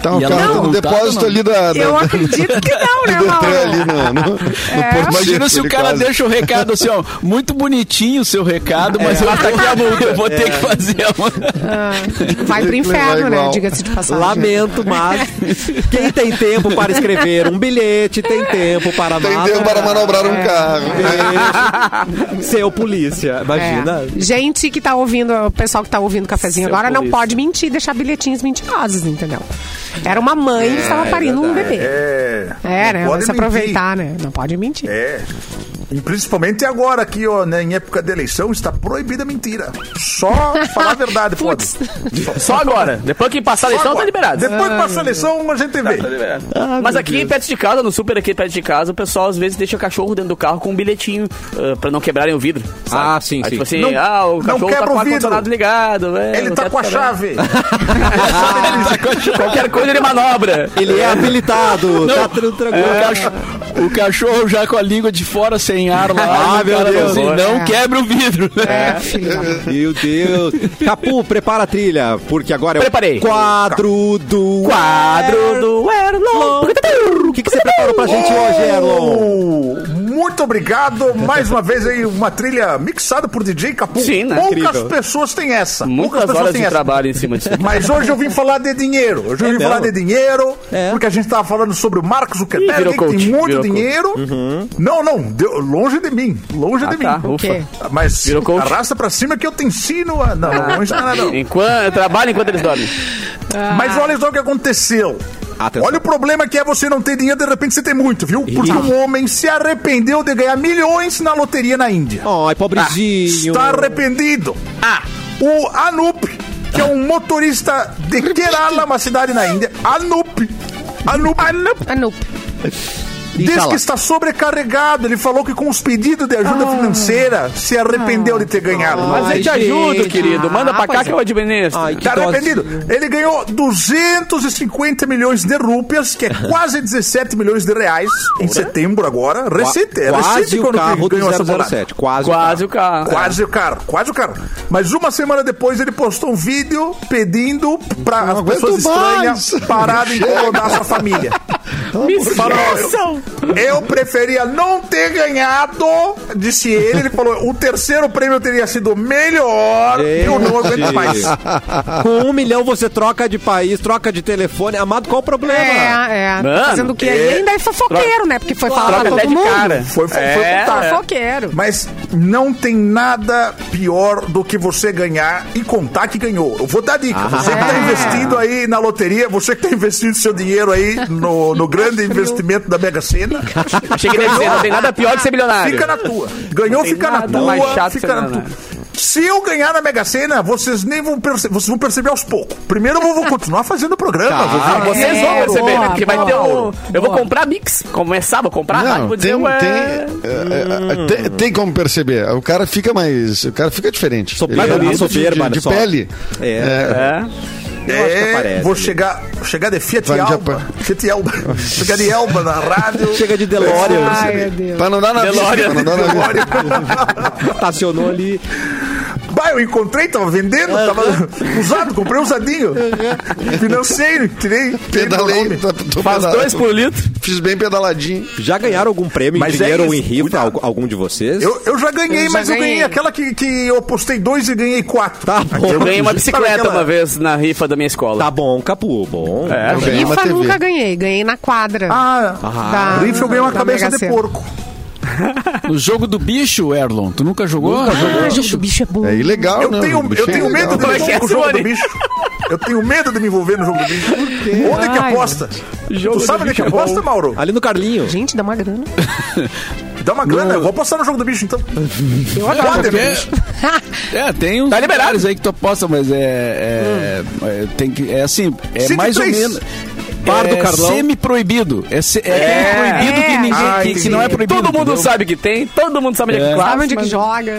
Speaker 7: Tá, o
Speaker 1: E ela
Speaker 7: cara
Speaker 1: foi
Speaker 7: tá no
Speaker 1: multada
Speaker 7: depósito
Speaker 1: ou não?
Speaker 7: ali da. da-
Speaker 3: Eu
Speaker 7: da-
Speaker 3: acredito que não, né,
Speaker 7: do Detran
Speaker 3: Mauro?
Speaker 7: ali no, no, no
Speaker 3: É.
Speaker 7: posto
Speaker 6: Imagina
Speaker 7: seco,
Speaker 6: se o
Speaker 7: ele
Speaker 6: cara
Speaker 7: quase.
Speaker 6: deixa o recado assim, ó, muito bonitinho o seu recado,
Speaker 7: É.
Speaker 6: mas eu, tá aqui a multa, eu vou ter que fazer a multa.
Speaker 3: Vai pro
Speaker 6: Levar
Speaker 3: inferno, né?
Speaker 6: igual.
Speaker 3: Diga-se de passagem.
Speaker 1: Lamento, mas quem tem tempo para escrever um bilhete tem tempo para
Speaker 7: Tem tempo Tá para manobrar
Speaker 3: É.
Speaker 7: um
Speaker 1: É.
Speaker 7: carro.
Speaker 1: Seu polícia, imagina.
Speaker 3: É. Gente que tá ouvindo, o pessoal que tá ouvindo o cafezinho
Speaker 1: Seu
Speaker 3: agora não
Speaker 1: polícia.
Speaker 3: pode mentir, deixar bilhetinhos mentirosos, entendeu? Era uma mãe que estava
Speaker 8: É
Speaker 3: parindo um
Speaker 8: verdade.
Speaker 3: bebê.
Speaker 8: É.
Speaker 3: É,
Speaker 8: Não
Speaker 3: né? Vai
Speaker 8: pode
Speaker 3: se aproveitar, né? Não pode mentir.
Speaker 8: É. E principalmente agora aqui, ó, né, em época de eleição, está proibida a mentira. Só falar a verdade, pode.
Speaker 2: Só agora. Depois que passar a eleição, tá liberado. Tá
Speaker 8: Depois
Speaker 3: Ah,
Speaker 8: que passar a eleição, a gente vê.
Speaker 1: Ah,
Speaker 2: Mas aqui perto de casa, no super aqui perto de casa, o pessoal às vezes deixa o cachorro dentro do carro com um bilhetinho ah, pra não quebrarem o vidro. sabe?
Speaker 1: Ah, sim,
Speaker 2: Aí,
Speaker 1: sim.
Speaker 2: Tipo assim,
Speaker 1: Não-
Speaker 2: ah, o
Speaker 1: não
Speaker 2: cachorro tá
Speaker 1: quebra
Speaker 2: com
Speaker 1: o
Speaker 2: o ar-condicionado ligado. é,
Speaker 8: Ele
Speaker 2: não
Speaker 8: tá
Speaker 2: quer
Speaker 8: com a
Speaker 2: ficar-
Speaker 8: chave.
Speaker 1: Ah, tá
Speaker 2: Qualquer coisa ele manobra.
Speaker 1: Ele é habilitado,
Speaker 6: Não.
Speaker 1: tá tudo tranquilo.
Speaker 6: O, cachorro, o cachorro já com a língua de fora sem ar lá.
Speaker 1: Ah,
Speaker 6: o
Speaker 1: meu
Speaker 6: cara
Speaker 1: Deus.
Speaker 6: Não, não
Speaker 1: É.
Speaker 6: quebra o vidro. né?
Speaker 3: É, filho. da mãe.
Speaker 1: Meu Deus. Capu, prepara a trilha, porque agora é
Speaker 2: Preparei.
Speaker 1: o quadro do...
Speaker 2: Quadro do Erlon.
Speaker 1: O que, que você preparou pra gente hoje, Erlon?
Speaker 8: Oh, Muito obrigado. Mais uma vez aí, uma trilha mixada por DJ Capu.
Speaker 2: Sim, né?
Speaker 8: Poucas
Speaker 2: Incrível.
Speaker 8: pessoas têm essa. Poucas
Speaker 2: Muitas
Speaker 8: pessoas
Speaker 2: horas
Speaker 8: têm
Speaker 2: de
Speaker 8: essa.
Speaker 2: trabalho em cima disso.
Speaker 8: Mas hoje eu vim falar de dinheiro. Hoje eu
Speaker 1: É
Speaker 8: vim
Speaker 1: mesmo?
Speaker 8: falar de dinheiro,
Speaker 1: É.
Speaker 8: porque a gente tava falando sobre o Marcos
Speaker 2: Ih,
Speaker 8: Zuckerberg,
Speaker 2: virou
Speaker 8: que tem
Speaker 2: coach, virou
Speaker 8: muito
Speaker 2: coach. Uhum.
Speaker 8: dinheiro. Não, não, deu- longe de mim. Longe de mim.
Speaker 2: tá, ufa. O quê?
Speaker 8: Mas
Speaker 2: Virou coach?
Speaker 8: arrasta pra cima que eu te ensino. A... Não, não, longe de nada, Ah, não.
Speaker 2: Enquanto, eu trabalho enquanto eles dormem.
Speaker 8: Mas olha só o que aconteceu.
Speaker 1: Atenção.
Speaker 8: Olha o problema que é você não ter dinheiro, de repente você tem muito, viu? Porque um homem se arrependeu de ganhar milhões na loteria na Índia.
Speaker 1: Ai,
Speaker 2: Ah.
Speaker 1: pobrezinho.
Speaker 8: Está arrependido. Ah. O Anup, que é um motorista de
Speaker 3: Ah,
Speaker 8: Kerala, uma cidade na Índia. Anup. Anup.
Speaker 3: Anup.
Speaker 8: Diz
Speaker 14: tá lá.
Speaker 8: que está sobrecarregado. Ele falou que com os pedidos de ajuda
Speaker 1: Ah.
Speaker 8: financeira se arrependeu de ter ganhado.
Speaker 2: Mas eu te ajudo, querido.
Speaker 3: Ah,
Speaker 2: Manda
Speaker 1: Ah,
Speaker 2: pra
Speaker 3: é.
Speaker 2: é cá que eu administro.
Speaker 8: Tá arrependido. Ele ganhou 250 milhões de rúpias, que é quase 17 milhões de reais, em setembro agora. Recente, é
Speaker 1: Quase
Speaker 8: recente
Speaker 1: o
Speaker 8: quando
Speaker 1: carro do
Speaker 8: ganhou essa
Speaker 1: 007,
Speaker 8: bolada.
Speaker 1: quase o
Speaker 2: Quase o carro. carro.
Speaker 7: É.
Speaker 8: Quase o carro, quase o carro. Mas uma semana depois ele postou um vídeo pedindo pra as pessoas
Speaker 7: aguento
Speaker 8: estranhas
Speaker 7: mais.
Speaker 8: pararem de
Speaker 7: Chega. Tá
Speaker 8: incomodar a sua família. Falou, eu preferia não ter ganhado, disse ele. Ele falou, o terceiro prêmio teria sido melhor. Eu não aguento
Speaker 1: Gente.
Speaker 8: mais.
Speaker 1: Com um milhão você troca de país, troca de telefone. Amado, qual o problema?
Speaker 3: É, é.
Speaker 1: Mano,
Speaker 3: Fazendo o que
Speaker 1: é.
Speaker 3: aí ainda é fofoqueiro, né? Porque foi falar pra todo mundo.
Speaker 8: Foi, foi,
Speaker 3: É,
Speaker 8: foi contar.
Speaker 3: fofoqueiro.
Speaker 8: Mas não tem nada pior do que você ganhar e contar que ganhou. Eu vou dar dica.
Speaker 1: Ah.
Speaker 8: Você que tá investindo aí na loteria, você que tá investindo seu dinheiro aí no, no grande investimento da Mega Sena.
Speaker 2: Achei que ele ia dizer, não tem nada pior que ser milionário.
Speaker 8: Fica na tua. Ganhou,
Speaker 2: Não tem
Speaker 8: fica na
Speaker 2: nada
Speaker 8: tua.
Speaker 2: mais chato que
Speaker 8: fica
Speaker 2: ser
Speaker 8: na
Speaker 2: milionário.
Speaker 8: tua.
Speaker 1: né?
Speaker 8: Se eu ganhar na Mega Sena, vocês nem vão perceber, vocês vão perceber aos poucos. Primeiro eu vou, vou continuar fazendo o programa.
Speaker 2: Tá,
Speaker 8: vou vir aqui.
Speaker 2: vocês vão
Speaker 8: É,
Speaker 2: perceber,
Speaker 8: boa,
Speaker 2: né? Porque vai
Speaker 8: boa.
Speaker 2: ter um. Eu vou comprar Mix. Começar, vou comprar rádio, vou dizer,
Speaker 7: tem,
Speaker 2: ué.
Speaker 7: tem, é, é, é, tem, tem como perceber. O cara fica mais. O cara fica diferente.
Speaker 1: Soberba,
Speaker 7: Ele é
Speaker 1: a soberba,
Speaker 7: de, de, de
Speaker 1: só.
Speaker 7: pele.
Speaker 1: É.
Speaker 8: É,
Speaker 1: Eu acho que aparece
Speaker 8: vou
Speaker 1: ali.
Speaker 8: chegar, chegar de Fiat
Speaker 7: Vai no
Speaker 8: Elba. Fiat Elba. chegar de Elba na rádio.
Speaker 1: Chega de DeLorean.
Speaker 8: Ai, meu
Speaker 7: Deus. Pra não dar na vista,
Speaker 1: DeLorean.
Speaker 7: pra não dar na vista.
Speaker 1: Estacionou ali.
Speaker 8: Bah, eu encontrei, tava vendendo, tava usado, comprei um usadinho. Financei, tirei. tirei meu
Speaker 7: Pedalei.
Speaker 8: nome.
Speaker 7: tá- tô
Speaker 2: Faz
Speaker 7: pedalando.
Speaker 2: dois por litro.
Speaker 7: Fiz bem pedaladinho.
Speaker 1: Já ganharam algum prêmio
Speaker 8: Mas
Speaker 1: em
Speaker 8: é
Speaker 1: dinheiro ou
Speaker 8: isso,
Speaker 1: em rifa, algu- algum de vocês?
Speaker 8: Eu, eu já ganhei,
Speaker 3: Eu já
Speaker 8: mas eu ganhei
Speaker 3: ganhei.
Speaker 8: aquela que, que eu apostei dois e ganhei quatro.
Speaker 1: Tá bom.
Speaker 2: Eu ganhei uma
Speaker 8: Sabe
Speaker 2: bicicleta
Speaker 8: aquela-
Speaker 2: uma vez na rifa da minha escola.
Speaker 1: Tá bom, Capu, bom.
Speaker 2: É,
Speaker 7: Eu ganhei uma
Speaker 3: Rifa
Speaker 7: TV.
Speaker 3: nunca ganhei, ganhei na quadra.
Speaker 8: Ah,
Speaker 3: da-
Speaker 8: rifa eu ganhei uma
Speaker 3: da
Speaker 8: cabeça
Speaker 3: tá. Mega
Speaker 8: de
Speaker 3: Sena.
Speaker 8: porco.
Speaker 6: No jogo do bicho, Erlon, tu nunca jogou?
Speaker 3: Ah, gente, o bicho é bom.
Speaker 7: É ilegal,
Speaker 8: Eu
Speaker 7: né?
Speaker 8: tenho,
Speaker 7: O bicho
Speaker 8: eu tenho
Speaker 7: é
Speaker 8: medo de
Speaker 7: ilegal.
Speaker 2: Como
Speaker 8: me
Speaker 2: é que
Speaker 8: envolver
Speaker 2: é,
Speaker 8: no jogo do
Speaker 2: Simone?
Speaker 8: bicho. Eu tenho medo de me envolver no jogo do bicho. Onde é que
Speaker 3: Ai,
Speaker 8: aposta?
Speaker 2: Jogo
Speaker 8: tu
Speaker 2: do
Speaker 8: sabe onde que
Speaker 2: bicho é bom.
Speaker 8: aposta, Mauro?
Speaker 1: Ali no Carlinho.
Speaker 3: Gente, dá uma grana.
Speaker 8: Dá uma grana, eu vou apostar no jogo do bicho então. né? Eu
Speaker 6: porque- É, tem uns lugares aí que tu aposta, mas é. é, é, tem que, é assim, é
Speaker 8: Cine
Speaker 6: mais
Speaker 8: três.
Speaker 6: ou menos.
Speaker 1: Bar do
Speaker 6: é
Speaker 1: Carlão.
Speaker 6: semi-proibido. É, se- é,
Speaker 2: É.
Speaker 6: proibido que ninguém.
Speaker 8: Ah,
Speaker 6: que, que não é
Speaker 8: entendi.
Speaker 6: proibido.
Speaker 2: Todo mundo
Speaker 6: entendeu?
Speaker 2: sabe que tem, todo mundo sabe onde é
Speaker 6: É.
Speaker 2: que
Speaker 3: Sabe
Speaker 2: classe,
Speaker 3: onde que
Speaker 2: mas-
Speaker 3: joga?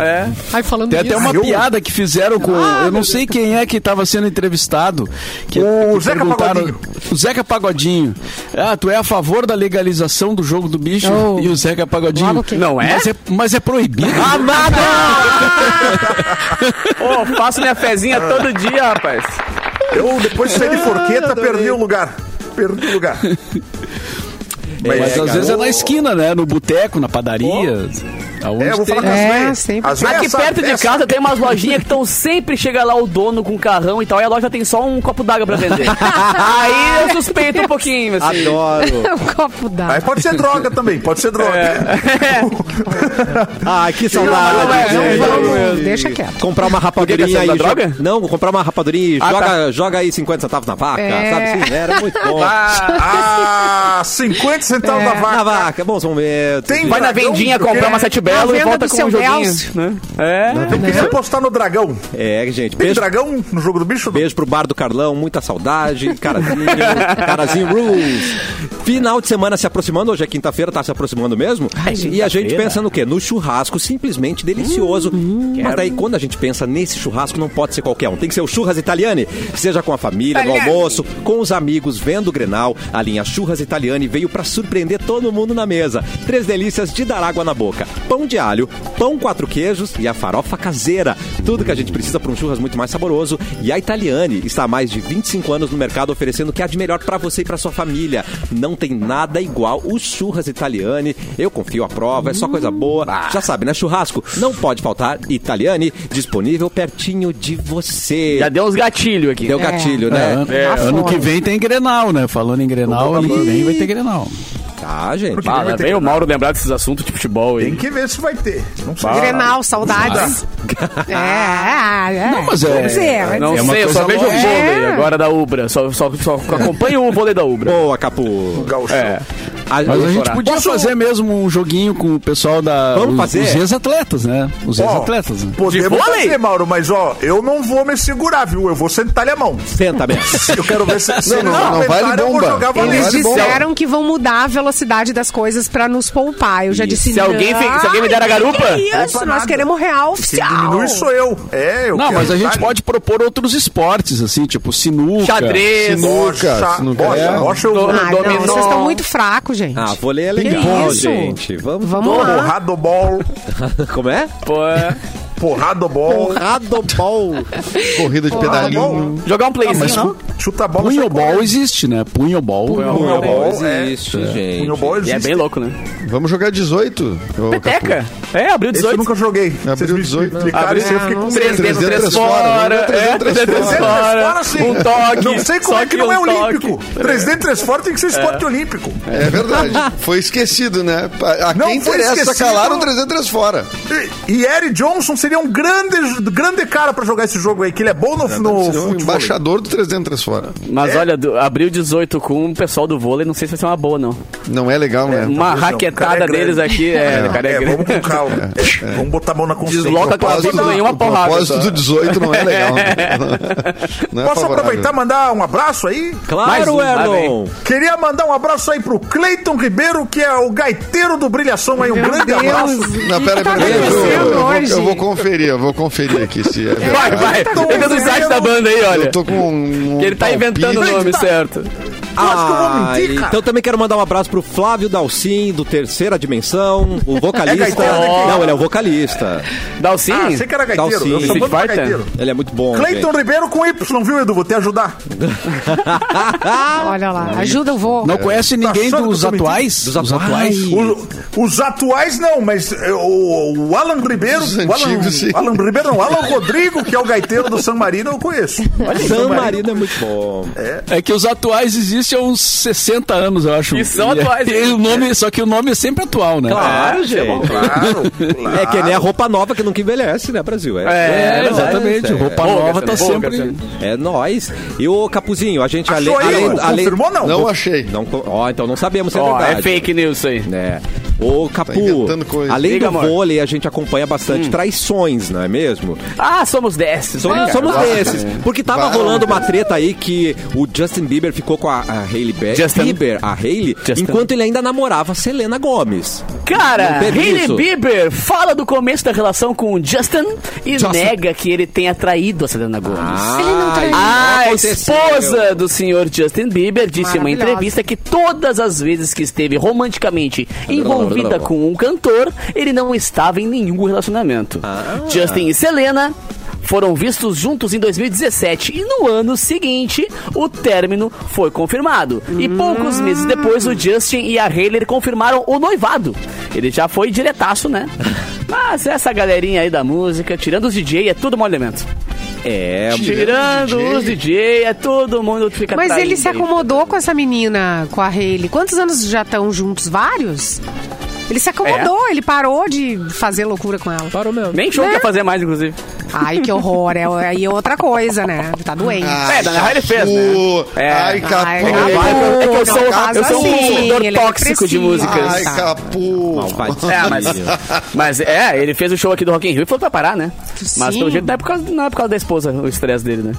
Speaker 2: É.
Speaker 3: Ai, falando
Speaker 6: Tem até
Speaker 3: disso.
Speaker 6: uma
Speaker 8: eu-
Speaker 6: piada que fizeram com. eu não sei quem é que estava sendo entrevistado. que-
Speaker 8: O
Speaker 6: que
Speaker 8: Zeca
Speaker 6: perguntaram-
Speaker 8: Pagodinho.
Speaker 6: O Zeca Pagodinho. Ah, tu é a favor da legalização do jogo do bicho?
Speaker 3: Oh.
Speaker 6: E o Zeca Pagodinho.
Speaker 3: Logo que-
Speaker 2: Não é?
Speaker 6: Mas é, mas é proibido.
Speaker 2: Ô, faço minha fezinha todo dia, rapaz.
Speaker 8: Eu, depois de sair de forqueta, perdi o lugar. Perdi o lugar.
Speaker 2: É,
Speaker 6: Mas às
Speaker 8: cara,
Speaker 6: vezes é
Speaker 8: o-
Speaker 6: na esquina, né? No boteco, na padaria. aonde
Speaker 8: É, eu vou
Speaker 6: tem.
Speaker 8: falar com as
Speaker 3: É,
Speaker 8: velhas.
Speaker 3: sempre.
Speaker 8: As velhas
Speaker 2: Aqui
Speaker 8: sabem
Speaker 2: perto de
Speaker 8: dessa.
Speaker 2: casa tem umas lojinhas que estão sempre chega lá o dono com um carrão e tal, e a loja tem só um copo d'água pra vender. Aí eu suspeito um pouquinho,
Speaker 8: Ah,
Speaker 2: assim.
Speaker 1: Adoro.
Speaker 3: um copo
Speaker 8: Aí
Speaker 3: d'água.
Speaker 8: Ah, pode ser droga também, pode ser droga.
Speaker 2: É.
Speaker 1: Ai, que
Speaker 2: Não, não
Speaker 1: saudade.
Speaker 2: é, não
Speaker 1: gente.
Speaker 3: Vamos, Deixa quieto.
Speaker 1: Comprar uma
Speaker 2: Por que
Speaker 1: rapadurinha
Speaker 2: que é
Speaker 1: aí.
Speaker 2: da droga?
Speaker 1: Não, comprar uma rapadurinha e
Speaker 2: Ah,
Speaker 1: joga,
Speaker 2: tá.
Speaker 1: joga aí 50 centavos na vaca,
Speaker 3: É.
Speaker 1: sabe? Sim, era muito bom.
Speaker 8: Ah, 50 centavos da
Speaker 1: Na
Speaker 8: vaca.
Speaker 1: vaca, é bons momentos.
Speaker 8: Tem
Speaker 2: Vai na
Speaker 8: dragão,
Speaker 2: vendinha
Speaker 8: porque-
Speaker 2: comprar uma sete
Speaker 3: A
Speaker 2: belo e
Speaker 3: venda
Speaker 2: volta
Speaker 3: do
Speaker 2: com
Speaker 3: seu
Speaker 2: um joguinho.
Speaker 3: Nelson.
Speaker 2: Né? É.
Speaker 8: Eu queria apostar no dragão.
Speaker 1: É, gente,
Speaker 8: Tem
Speaker 1: beijo,
Speaker 8: dragão no jogo do bicho?
Speaker 1: beijo pro bar do Carlão, muita saudade, carazinho, carazinho rules. Final de semana se aproximando, hoje é quinta-feira, tá se aproximando mesmo. e a gente pensa no quê? No churrasco simplesmente delicioso. Mas daí quando a gente pensa nesse churrasco, não pode ser qualquer um. Tem que ser o churras italiane, seja com a família, no almoço, com os amigos, vendo o Grenal. A linha Churras Italiane veio pra surpreender todo mundo na mesa. Três delícias de dar água na boca. Pão de alho, pão quatro queijos e a farofa caseira. Tudo que a gente precisa para um churras muito mais saboroso. E a Italiane está há mais de 25 anos no mercado oferecendo o que há de melhor para você e para sua família. Não tem nada igual o churras Italiane. Eu confio à prova, é só coisa boa.
Speaker 6: Ah.
Speaker 1: Já sabe, né? Churrasco não pode faltar. Italiane disponível pertinho de você.
Speaker 2: Já deu uns gatilhos aqui.
Speaker 1: Deu gatilho, né?
Speaker 6: É, ano que vem tem Grenal, né? Falando em Grenal, ano que vem vai ter Grenal.
Speaker 1: Tá, gente.
Speaker 2: Ah, lá vem o Mauro lembrar desses assuntos de futebol
Speaker 8: Tem
Speaker 2: aí.
Speaker 8: que ver se vai ter. Não sei.
Speaker 3: Grenal, saudades. É, é, é.
Speaker 6: Não, mas é-
Speaker 3: Vamos ver, vai
Speaker 2: Não
Speaker 6: É uma
Speaker 2: sei, eu só
Speaker 6: coisa
Speaker 2: vejo o
Speaker 6: louca.
Speaker 2: vôlei
Speaker 3: É.
Speaker 2: agora da Ubra. Só, só, só acompanho o vôlei da Ubra.
Speaker 1: Boa, Capu.
Speaker 8: Gauchão.
Speaker 2: É.
Speaker 6: Mas a gente podia
Speaker 8: Posso-
Speaker 6: fazer mesmo um joguinho com o pessoal da.
Speaker 8: Vamos
Speaker 6: os,
Speaker 8: fazer?
Speaker 6: Os ex-atletas, né? Os
Speaker 8: Ó,
Speaker 6: ex-atletas. Né?
Speaker 8: Podemos fazer, Mauro, mas ó, eu não vou me segurar, viu? Eu vou sentar-lhe a mão.
Speaker 1: Senta mesmo.
Speaker 8: Eu quero ver se. se
Speaker 7: Não, não, não,
Speaker 8: eles
Speaker 7: vale
Speaker 8: aguentarem, eu vou
Speaker 7: bomba.
Speaker 8: jogar valendo.
Speaker 3: Eles
Speaker 7: Vale bom.
Speaker 3: disseram que vão mudar a velocidade das coisas pra nos poupar. Eu já disse
Speaker 2: Se alguém fe- se alguém me der a
Speaker 3: "Ai,
Speaker 2: garupa?"
Speaker 3: que é isso,
Speaker 8: Opa,
Speaker 3: nós
Speaker 8: nada.
Speaker 3: queremos real oficial.
Speaker 8: diminui sou eu. É, eu
Speaker 6: Não,
Speaker 8: quero
Speaker 6: mas a gente
Speaker 8: estar-
Speaker 6: pode propor outros esportes, assim, tipo sinuca.
Speaker 2: Xadrez.
Speaker 7: Sinuca,
Speaker 8: Bocha,
Speaker 7: sinuca.
Speaker 8: bocha,
Speaker 7: é.
Speaker 8: bocha, eu-
Speaker 3: Ah, não,
Speaker 2: Dominó.
Speaker 3: vocês estão muito fracos, gente.
Speaker 1: Ah, vôlei é
Speaker 3: Que
Speaker 1: legal,
Speaker 3: isso?
Speaker 1: gente. Vamos,
Speaker 3: Vamos
Speaker 8: Porra,
Speaker 3: lá.
Speaker 8: Radobol,
Speaker 1: Como é?
Speaker 2: Pô, é.
Speaker 8: porradobol,
Speaker 1: Radobol.
Speaker 7: Corrida de
Speaker 8: tá
Speaker 7: pedalinho.
Speaker 2: Jogar um
Speaker 8: Assim,
Speaker 2: playzinho, não?
Speaker 8: chuta a bola. sai
Speaker 6: Punhobol
Speaker 8: correndo.
Speaker 6: existe, né? Punhobol.
Speaker 8: Punhobol, é.
Speaker 1: existe, gente.
Speaker 8: Punhobol
Speaker 2: E é
Speaker 8: existe.
Speaker 2: bem louco, né?
Speaker 7: Vamos jogar 18. ô,
Speaker 2: Peteca. É, abriu
Speaker 8: Esse eu
Speaker 2: 18.
Speaker 8: nunca joguei. Vocês me
Speaker 7: 18,
Speaker 8: explicaram isso, eu fiquei com
Speaker 2: Três
Speaker 8: medo.
Speaker 2: dentro, três
Speaker 7: 300
Speaker 2: fora.
Speaker 7: fora.
Speaker 8: né?
Speaker 2: É, 300
Speaker 8: 300
Speaker 2: fora.
Speaker 8: fora, sim.
Speaker 2: Um toque.
Speaker 8: Não sei como
Speaker 2: só
Speaker 8: é que
Speaker 2: que
Speaker 8: não é
Speaker 2: um toque.
Speaker 8: olímpico. 3D, 3 fora tem que ser esporte olímpico.
Speaker 7: Capu. É verdade. Foi esquecido, né? A
Speaker 8: Não
Speaker 7: quem
Speaker 8: foi
Speaker 7: interessa,
Speaker 8: esquecido.
Speaker 7: calaram 303 fora.
Speaker 8: E- E Eric Johnson seria um grande, grande cara pra jogar esse jogo aí, que ele é bom no, no
Speaker 7: Seria um
Speaker 8: futebol.
Speaker 7: embaixador do 303 fora.
Speaker 2: Mas olha, do- abriu 18 com o pessoal do vôlei, não sei se vai ser uma boa, não.
Speaker 7: Não é legal,
Speaker 2: Uma
Speaker 7: né?
Speaker 8: talvez não. O Tá cara
Speaker 2: raquetada
Speaker 8: é grande.
Speaker 2: deles aqui é, cara é
Speaker 8: É, vamos com
Speaker 2: grande.
Speaker 8: calma. É, Vamos botar a mão na consciência.
Speaker 2: Desloca com a
Speaker 7: propósito
Speaker 2: bola
Speaker 7: do-
Speaker 2: em uma
Speaker 7: o
Speaker 2: porrada.
Speaker 7: um propósito
Speaker 2: só.
Speaker 7: do 18 não é legal. né? Não é
Speaker 8: Posso
Speaker 7: favorável.
Speaker 8: aproveitar e mandar um abraço aí?
Speaker 2: Mais um,
Speaker 1: Claro,
Speaker 2: vai
Speaker 1: Erlon.
Speaker 8: Queria mandar um abraço aí pro Cleiton Ribeiro, que é o gaiteiro do Brilhação aí. Um grande abraço.
Speaker 7: Não, pera,
Speaker 3: tá
Speaker 7: pera, pera, eu,
Speaker 3: acontecendo
Speaker 7: eu vou,
Speaker 3: hoje?
Speaker 7: eu vou conferir, eu vou conferir aqui se é
Speaker 2: Vai,
Speaker 7: verdade.
Speaker 2: vai.
Speaker 8: Então,
Speaker 2: Entra no site da banda aí, olha.
Speaker 7: Eu tô com um, um
Speaker 2: Que ele tá
Speaker 7: palpite.
Speaker 2: inventando o nome,
Speaker 8: Tá.
Speaker 2: certo?
Speaker 8: Eu acho que eu vou mentir,
Speaker 1: Ah,
Speaker 8: cara.
Speaker 1: Então também quero mandar um abraço pro Flávio Dalcin, do Terceira Dimensão, o vocalista.
Speaker 8: gaiteiro, né, que-
Speaker 1: Não, ele é o vocalista.
Speaker 2: Dalcin?
Speaker 8: Ah, você que era gaiteiro.
Speaker 1: Dalcin.
Speaker 8: Eu sou
Speaker 1: Street
Speaker 8: dono de
Speaker 2: Tá Fighter? Tá
Speaker 8: gaiteiro.
Speaker 1: Ele é muito bom.
Speaker 8: Cleiton
Speaker 1: gente.
Speaker 8: Ribeiro com Y, viu, Edu? Vou te ajudar.
Speaker 3: Olha lá, ajuda o vô.
Speaker 6: Não conhece ninguém
Speaker 8: achando que
Speaker 6: dos
Speaker 8: eu tô mentindo?
Speaker 6: atuais?
Speaker 1: Dos atuais.
Speaker 8: O- os atuais não, mas é, o, o Alan Ribeiro.
Speaker 7: Os
Speaker 8: o Alan,
Speaker 7: antigos, sim.
Speaker 8: Alan Ribeiro não, Alan Rodrigo, que é o gaiteiro do San Marino, eu conheço.
Speaker 1: San Marino é muito bom.
Speaker 6: É que os atuais existem há uns 60 anos, eu acho.
Speaker 2: E são atuais,
Speaker 6: e o nome, só que o nome é sempre atual, né?
Speaker 1: Claro,
Speaker 2: é, é bom,
Speaker 1: gente.
Speaker 8: Claro, claro.
Speaker 1: É que nem a roupa nova que nunca envelhece, né, Brasil?
Speaker 2: É,
Speaker 1: não,
Speaker 6: exatamente.
Speaker 1: é-
Speaker 6: Roupa
Speaker 2: Boa,
Speaker 6: nova tá
Speaker 2: Cassiano, boa,
Speaker 6: sempre.
Speaker 2: Cassiano.
Speaker 1: É nóis. E o Capuzinho, a gente
Speaker 8: Achou aí, Edu? confirmou não?
Speaker 7: Não achei.
Speaker 1: Não, co- ó, então não sabemos se é
Speaker 2: Ó,
Speaker 1: verdade.
Speaker 2: é fake news isso aí.
Speaker 1: né? Ô, Capu,
Speaker 7: Tá inventando coisa.
Speaker 1: além
Speaker 2: Diga,
Speaker 1: do
Speaker 2: amor. Hum.
Speaker 1: vôlei, a gente acompanha bastante traições, não é mesmo?
Speaker 2: Ah, somos 10.
Speaker 1: Somos, somos desses. Porque tava
Speaker 7: Vai,
Speaker 1: rolando uma treta aí que o Justin Bieber ficou com a, a Hailey Be-
Speaker 2: Justin.
Speaker 1: Bieber, a Hailey,
Speaker 2: Justin.
Speaker 1: enquanto ele ainda namorava a Selena Gomes.
Speaker 2: Cara,
Speaker 1: Não teve
Speaker 2: Hailey
Speaker 1: isso.
Speaker 2: Bieber fala do começo da relação com o Justin e
Speaker 1: Justin.
Speaker 2: nega que ele tenha traído a Selena Gomez.
Speaker 1: ele não traiu.
Speaker 2: Ah, A esposa do senhor Justin Bieber disse em uma
Speaker 3: Maravilhosa.
Speaker 2: entrevista que todas as vezes que esteve romanticamente envolvida com um cantor, ele não estava em nenhum relacionamento. Justin e Selena foram vistos juntos em 2017 e no ano seguinte o término foi confirmado. E poucos meses depois o Justin e a Hailey confirmaram o noivado. Ele já foi diretaço, né? Mas essa galerinha aí da música, tirando os DJ, é tudo mau elemento.
Speaker 1: É,
Speaker 2: Tirando
Speaker 7: DJ.
Speaker 2: os DJ, é todo mundo que fica
Speaker 3: Mas
Speaker 2: traído
Speaker 3: ele se
Speaker 2: aí.
Speaker 3: acomodou com essa menina, com a Hailey. Quantos anos já estão juntos? Vários? Ele se acomodou, ele parou de fazer loucura com ela.
Speaker 1: parou mesmo.
Speaker 2: Nem show
Speaker 3: Né?
Speaker 2: quer fazer mais, inclusive.
Speaker 3: Ai, que horror. É, aí é outra coisa, né? Tá doente.
Speaker 7: Ai,
Speaker 2: É, da Harry fez, né?
Speaker 7: Capu.
Speaker 2: É.
Speaker 7: Ai, Capu.
Speaker 3: Ai,
Speaker 2: Capu. É que eu sou-
Speaker 3: Não faz
Speaker 2: eu sou um consumidor
Speaker 3: ele é
Speaker 2: tóxico de
Speaker 3: depressivo.
Speaker 2: músicas.
Speaker 7: Ai, Capu.
Speaker 2: É, mas, mas é, ele fez o show aqui do Rock in Rio e falou pra parar, né? Mas
Speaker 3: Sim.
Speaker 2: pelo jeito não é por causa, não é por causa da esposa, o estresse dele, né?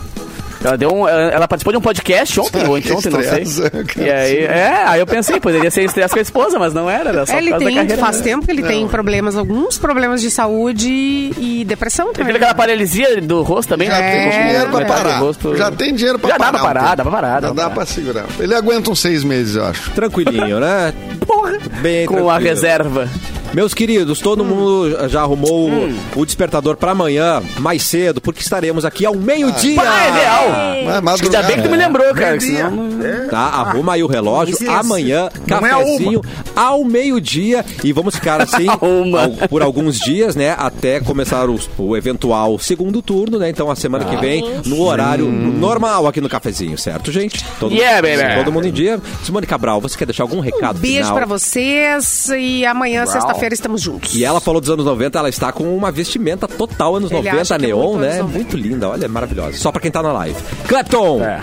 Speaker 2: Ela, deu um- ela ela participou de um podcast ontem, ou anteontem, não sei.
Speaker 7: Estresse, né, cara.
Speaker 2: E aí, é, aí eu pensei, poderia ser estresse com a esposa, mas não era, era só
Speaker 3: É,
Speaker 2: por
Speaker 3: ele
Speaker 2: causa da
Speaker 3: tem,
Speaker 2: carreira.
Speaker 3: faz
Speaker 2: né?
Speaker 3: tempo que ele tem problemas, alguns problemas de saúde e depressão
Speaker 2: Ele
Speaker 3: também.
Speaker 2: teve aquela paralisia do rosto também,
Speaker 7: Já
Speaker 3: É,
Speaker 2: né?
Speaker 7: tem
Speaker 2: Ficou com
Speaker 7: dinheiro pra
Speaker 2: metade do
Speaker 7: parar.
Speaker 2: rosto.
Speaker 7: Já tem dinheiro pra
Speaker 2: Já
Speaker 7: parar. um
Speaker 2: dá pra parar, dá pra parar, dá
Speaker 7: Já
Speaker 2: pra
Speaker 7: dá
Speaker 2: parar.
Speaker 7: pra segurar. Ele aguenta uns seis meses, eu acho.
Speaker 1: Tranquilinho, né?
Speaker 2: Porra!
Speaker 1: Bem
Speaker 2: Com a Hum.
Speaker 1: tranquilo.
Speaker 2: reserva.
Speaker 1: Meus queridos, todo mundo já arrumou
Speaker 2: Hum.
Speaker 1: o despertador pra amanhã, mais cedo, porque estaremos aqui ao meio-dia.
Speaker 2: Pá, é real!
Speaker 7: Mas
Speaker 2: Ainda
Speaker 7: madrugada,
Speaker 2: bem que tu me
Speaker 7: né?
Speaker 2: lembrou, cara.
Speaker 8: Bom
Speaker 2: que senão-
Speaker 8: dia. É.
Speaker 1: Tá, arruma aí o relógio.
Speaker 8: Isso.
Speaker 1: Amanhã,
Speaker 8: Não é a uma.
Speaker 1: cafezinho ao meio-dia. E vamos ficar assim
Speaker 2: A uma.
Speaker 1: al- por alguns dias, né? Até começar o, o eventual segundo turno, né? Então, a semana que vem, no horário normal aqui no cafezinho, certo, gente? Todo,
Speaker 2: Yeah, baby.
Speaker 1: todo mundo em dia. Simone Cabral, você quer deixar algum recado
Speaker 3: Beijo
Speaker 1: final?
Speaker 3: pra vocês e amanhã, sexta-feira, estamos juntos.
Speaker 1: E ela falou dos anos 90, ela está com uma vestimenta total anos
Speaker 3: Ele acha que
Speaker 1: 90,
Speaker 3: é
Speaker 1: neon,
Speaker 3: muito anos
Speaker 1: né?
Speaker 3: 90.
Speaker 1: Muito linda, olha, maravilhosa. Só pra quem tá na live. Clapton!
Speaker 2: É.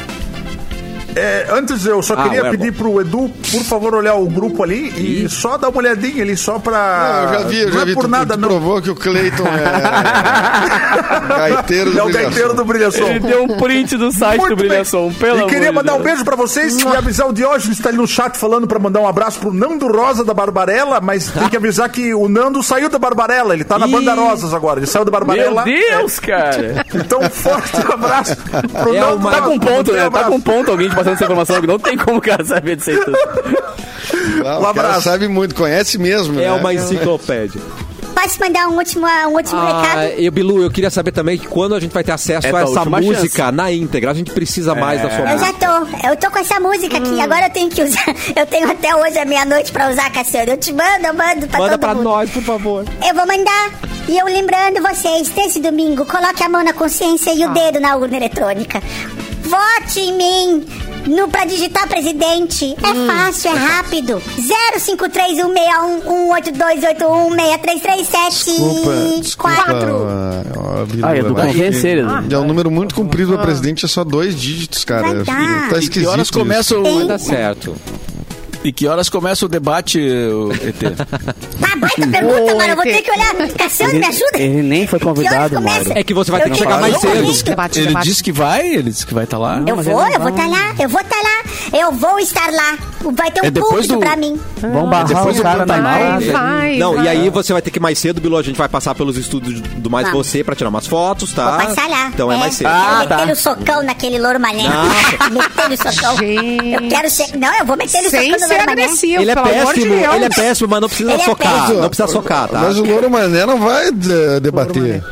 Speaker 8: é, antes eu só
Speaker 1: Ah, o
Speaker 8: queria
Speaker 1: Airball.
Speaker 8: pedir pro Edu, por favor, olhar o grupo ali e só dar uma olhadinha ali, só pra.
Speaker 7: Não, Ah, eu já vi, eu
Speaker 8: Não
Speaker 7: já
Speaker 8: é
Speaker 7: vi.
Speaker 8: por
Speaker 7: Tu-
Speaker 8: nada,
Speaker 7: tu
Speaker 8: não.
Speaker 7: provou que o Cleiton é. gaiteiro do
Speaker 8: É o
Speaker 7: Brilhação.
Speaker 8: gaiteiro do Brilhação.
Speaker 7: Ele deu um
Speaker 2: print do site do Brilhação, pelo
Speaker 8: E
Speaker 2: amor
Speaker 8: queria
Speaker 2: de
Speaker 8: mandar um
Speaker 2: Deus.
Speaker 8: beijo pra vocês e avisar o Diógenes que tá ali no chat falando pra mandar um abraço pro Nando Rosa da Barbarella, mas tem que avisar que o Nando saiu da Barbarella, ele tá na
Speaker 2: Ih.
Speaker 8: Banda Rosas agora, ele saiu da Barbarella.
Speaker 2: Meu Deus, cara!
Speaker 8: Então, um forte abraço pro
Speaker 2: É
Speaker 8: Nando
Speaker 2: uma... Tá
Speaker 8: Rosa.
Speaker 2: com ponto,
Speaker 8: Um
Speaker 2: né? Tá
Speaker 8: abraço.
Speaker 2: com ponto alguém te passando essa informação, que não tem como o cara saber disso aí tudo.
Speaker 7: Ah,
Speaker 2: Um
Speaker 7: o cara
Speaker 2: abraço.
Speaker 7: sabe muito, conhece mesmo.
Speaker 1: É
Speaker 7: né?
Speaker 1: uma enciclopédia.
Speaker 10: Posso mandar um último, um último
Speaker 14: Ah,
Speaker 10: recado?
Speaker 14: e Bilu, eu queria saber também que quando a gente vai ter acesso
Speaker 1: Essa
Speaker 14: a essa
Speaker 1: É última
Speaker 14: música
Speaker 1: chance. É.
Speaker 14: na íntegra, a gente precisa mais da sua
Speaker 10: Eu já
Speaker 14: música.
Speaker 10: tô. Eu tô com essa música
Speaker 14: Hum.
Speaker 10: aqui. Agora eu tenho que usar. Eu tenho até hoje a meia-noite pra usar, Cassiano. Eu te mando, eu mando pra
Speaker 14: Manda
Speaker 10: todo
Speaker 14: pra
Speaker 10: mundo.
Speaker 14: nós, por favor.
Speaker 10: Eu vou mandar. E eu lembrando vocês, nesse domingo, coloque a mão na consciência
Speaker 14: Ah.
Speaker 10: e o dedo na urna eletrônica. Vote em mim! No, pra digitar presidente. É
Speaker 14: Hum.
Speaker 10: fácil, é rápido. 053-161-18281-6337. Quatro.
Speaker 2: Ah, Edu, convence ele, Edu.
Speaker 7: É um número muito comprido pra presidente, é só dois dígitos, cara.
Speaker 10: dar.
Speaker 7: Tá
Speaker 6: E
Speaker 7: esquisito.
Speaker 6: que horas começa o- Vai dar
Speaker 14: certo.
Speaker 6: E que horas começa o debate, o ET?
Speaker 10: Ah, baita pergunta, mano. Eu vou ter que olhar. Cassiano, me ajuda.
Speaker 2: Ele nem foi convidado, Mauro.
Speaker 14: É que você vai ter que
Speaker 10: Eu
Speaker 14: chegar mais
Speaker 10: te-
Speaker 14: cedo.
Speaker 10: Debate,
Speaker 6: ele
Speaker 10: debate.
Speaker 6: disse que vai, ele disse que vai estar lá.
Speaker 10: eu vou, eu vou estar lá, eu vou estar lá, eu vou estar lá. Vai ter um
Speaker 6: É depois
Speaker 10: púlpito
Speaker 6: do-
Speaker 10: pra mim.
Speaker 2: Vamos barrar
Speaker 1: Depois
Speaker 2: os
Speaker 1: do
Speaker 2: caras
Speaker 6: tá
Speaker 2: na
Speaker 1: Pantanal.
Speaker 2: imagem.
Speaker 3: vai,
Speaker 1: Não,
Speaker 3: vai.
Speaker 1: e aí você vai ter que ir mais cedo, Bilu. A gente vai passar pelos estúdios do Mais
Speaker 10: Vamos.
Speaker 1: Você pra tirar umas fotos, tá?
Speaker 10: Vou passar lá.
Speaker 1: Então é, mais cedo.
Speaker 10: eu quero meter o socão naquele louro mané. meter o socão. Eu quero ser. Não, eu vou meter o
Speaker 3: Sem
Speaker 10: socão no
Speaker 3: ser
Speaker 10: louro mané.
Speaker 3: agressivo,
Speaker 1: Ele é
Speaker 3: pelo amor de
Speaker 1: péssimo,
Speaker 3: Deus.
Speaker 1: ele é péssimo, mas não precisa
Speaker 10: Ele é
Speaker 1: socar.
Speaker 10: péssimo.
Speaker 1: não precisa socar, tá?
Speaker 7: Mas o Louro Mané não vai eh, debater.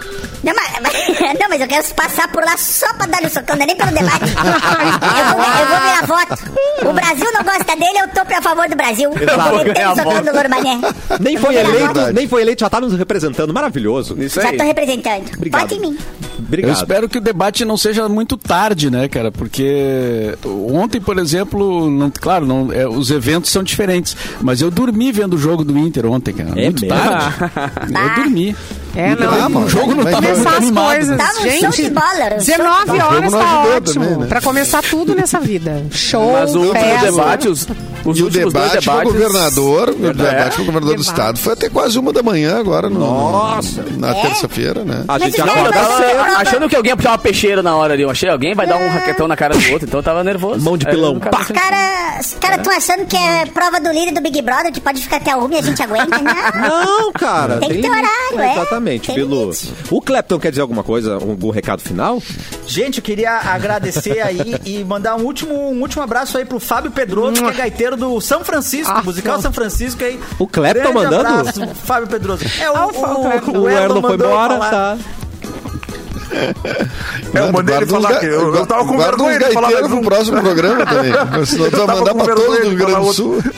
Speaker 10: Não mas, mas- não, mas eu quero passar por lá só pra dar o socão, não é nem pelo debate. eu, vou, eu vou virar voto. O Brasil não gosta dele, eu tô a favor do Brasil. Eu vou meter o socão no louro mané.
Speaker 1: Nem foi
Speaker 2: é
Speaker 10: Eu vou virar
Speaker 1: eleito,
Speaker 10: voto.
Speaker 1: nem foi eleito, já tá nos representando. Maravilhoso. Isso
Speaker 10: Já tô representando.
Speaker 1: Obrigado.
Speaker 10: Vota em mim.
Speaker 1: Obrigado.
Speaker 6: Eu espero que o debate não seja muito tarde, né, cara? Porque ontem, por exemplo, não- claro, não- é, os eventos são diferentes, mas eu dormi vendo o jogo do Inter ontem, cara.
Speaker 14: É
Speaker 6: muito
Speaker 14: mesmo?
Speaker 6: tarde. Eu dormi.
Speaker 3: É,
Speaker 6: Muito
Speaker 3: não.
Speaker 1: Ah,
Speaker 7: Ah,
Speaker 6: tarde. o jogo não
Speaker 7: vai
Speaker 6: tá muito
Speaker 3: começar as
Speaker 6: animado.
Speaker 3: coisas.
Speaker 10: Dá um
Speaker 3: Gente,
Speaker 10: show de bola. um show de
Speaker 3: 19
Speaker 10: bola.
Speaker 3: horas
Speaker 7: Vamos no
Speaker 3: tá
Speaker 7: ajudou
Speaker 3: ótimo.
Speaker 7: também, né?
Speaker 3: Pra começar tudo nessa vida. Show,
Speaker 2: Mas o último
Speaker 3: festa.
Speaker 2: debate, os, os
Speaker 7: E o
Speaker 2: últimos dois
Speaker 7: debate com o
Speaker 2: debates...
Speaker 7: governador, o
Speaker 2: Verdade.
Speaker 7: debate com o governador do
Speaker 3: Debate.
Speaker 7: estado foi até quase uma da manhã agora, no,
Speaker 1: Nossa.
Speaker 7: na
Speaker 10: É?
Speaker 7: terça-feira, né?
Speaker 1: A gente
Speaker 10: Mas
Speaker 2: Não, eu
Speaker 1: acorda.
Speaker 2: tava
Speaker 10: Mas você-
Speaker 2: achando que alguém ia puxar uma peixeira na hora ali. Eu achei alguém vai dar
Speaker 10: É.
Speaker 2: um raquetão na cara do outro, então eu tava nervoso.
Speaker 1: Mão de
Speaker 2: Aí eu
Speaker 1: pilão,
Speaker 2: não
Speaker 1: pá.
Speaker 2: tava sentindo.
Speaker 10: Cara, cara, tu achando que é prova do líder do Big Brother, que pode ficar até a uma e a gente aguenta? né? Não.
Speaker 1: Não, cara.
Speaker 10: Tem que ter
Speaker 1: limite.
Speaker 10: horário, é.
Speaker 1: Exatamente,
Speaker 10: Tem
Speaker 1: Bilu.
Speaker 10: limite.
Speaker 1: O Clapton quer dizer alguma coisa? Algum recado final?
Speaker 13: Gente, eu queria agradecer aí e mandar um último, um último abraço aí pro Fábio Pedroso, que é gaiteiro do São Francisco,
Speaker 3: Ah,
Speaker 13: musical
Speaker 3: não.
Speaker 13: São Francisco aí.
Speaker 1: O Clapton
Speaker 13: Grande
Speaker 1: mandando?
Speaker 13: Abraço, Fábio Pedroso. É o,
Speaker 3: Ah, o Fábio Clapton.
Speaker 1: O Erlon foi
Speaker 13: mandou eu
Speaker 1: embora,
Speaker 13: falar.
Speaker 1: tá?
Speaker 8: É, eu mandei
Speaker 7: Guarda
Speaker 8: ele
Speaker 7: uns
Speaker 8: falar
Speaker 7: ga-
Speaker 8: que eu, eu tava com
Speaker 7: guarda
Speaker 8: vergonha
Speaker 7: uns
Speaker 8: de falar
Speaker 7: gaiteiros
Speaker 8: mais um.
Speaker 7: pro próximo programa também. Senão tu vai
Speaker 8: tava
Speaker 7: mandar
Speaker 8: com
Speaker 7: pra
Speaker 8: vergonha
Speaker 7: todo o
Speaker 8: de
Speaker 7: Rio Grande
Speaker 8: falar
Speaker 7: do
Speaker 8: outro.
Speaker 7: Sul.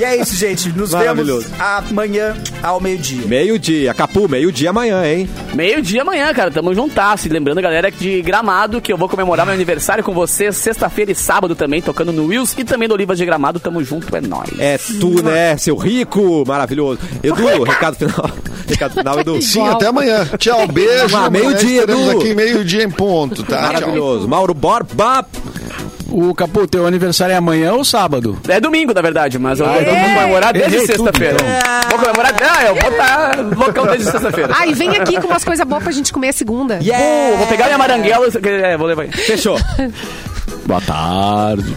Speaker 13: E é isso, gente. Nos vemos
Speaker 1: Maravilhoso.
Speaker 13: amanhã ao meio-dia.
Speaker 1: Meio-dia. Capu, meio-dia amanhã, hein?
Speaker 2: Meio-dia amanhã, cara. Tamo juntasso. E lembrando, galera, de Gramado, que eu vou comemorar meu aniversário com vocês sexta-feira e sábado também, tocando no Wills e também no Olivas de Gramado. Tamo junto, é nóis.
Speaker 1: É tu, né, seu rico? Maravilhoso. Edu, recado final. recado final, Edu.
Speaker 7: Sim, até amanhã. Tchau, beijo.
Speaker 1: Ah,
Speaker 7: Amanhã
Speaker 1: meio-dia,
Speaker 7: estaremos
Speaker 1: Edu.
Speaker 7: aqui meio-dia em ponto, tá? Tchau.
Speaker 1: Maravilhoso. Mauro Borba.
Speaker 6: O Capu, teu aniversário é amanhã ou sábado?
Speaker 2: É domingo, na verdade, mas eu, eu vou comemorar desde
Speaker 6: é. Errei tudo, então.
Speaker 2: sexta-feira. Vou comemorar. Não, eu vou estar loucão desde sexta-feira.
Speaker 6: Ah,
Speaker 3: Ai, vem aqui com umas coisas boas pra gente comer segunda.
Speaker 2: é, Pô, vou pegar minha maranguela. e- é, vou levar aí.
Speaker 1: Fechou.
Speaker 6: Boa tarde.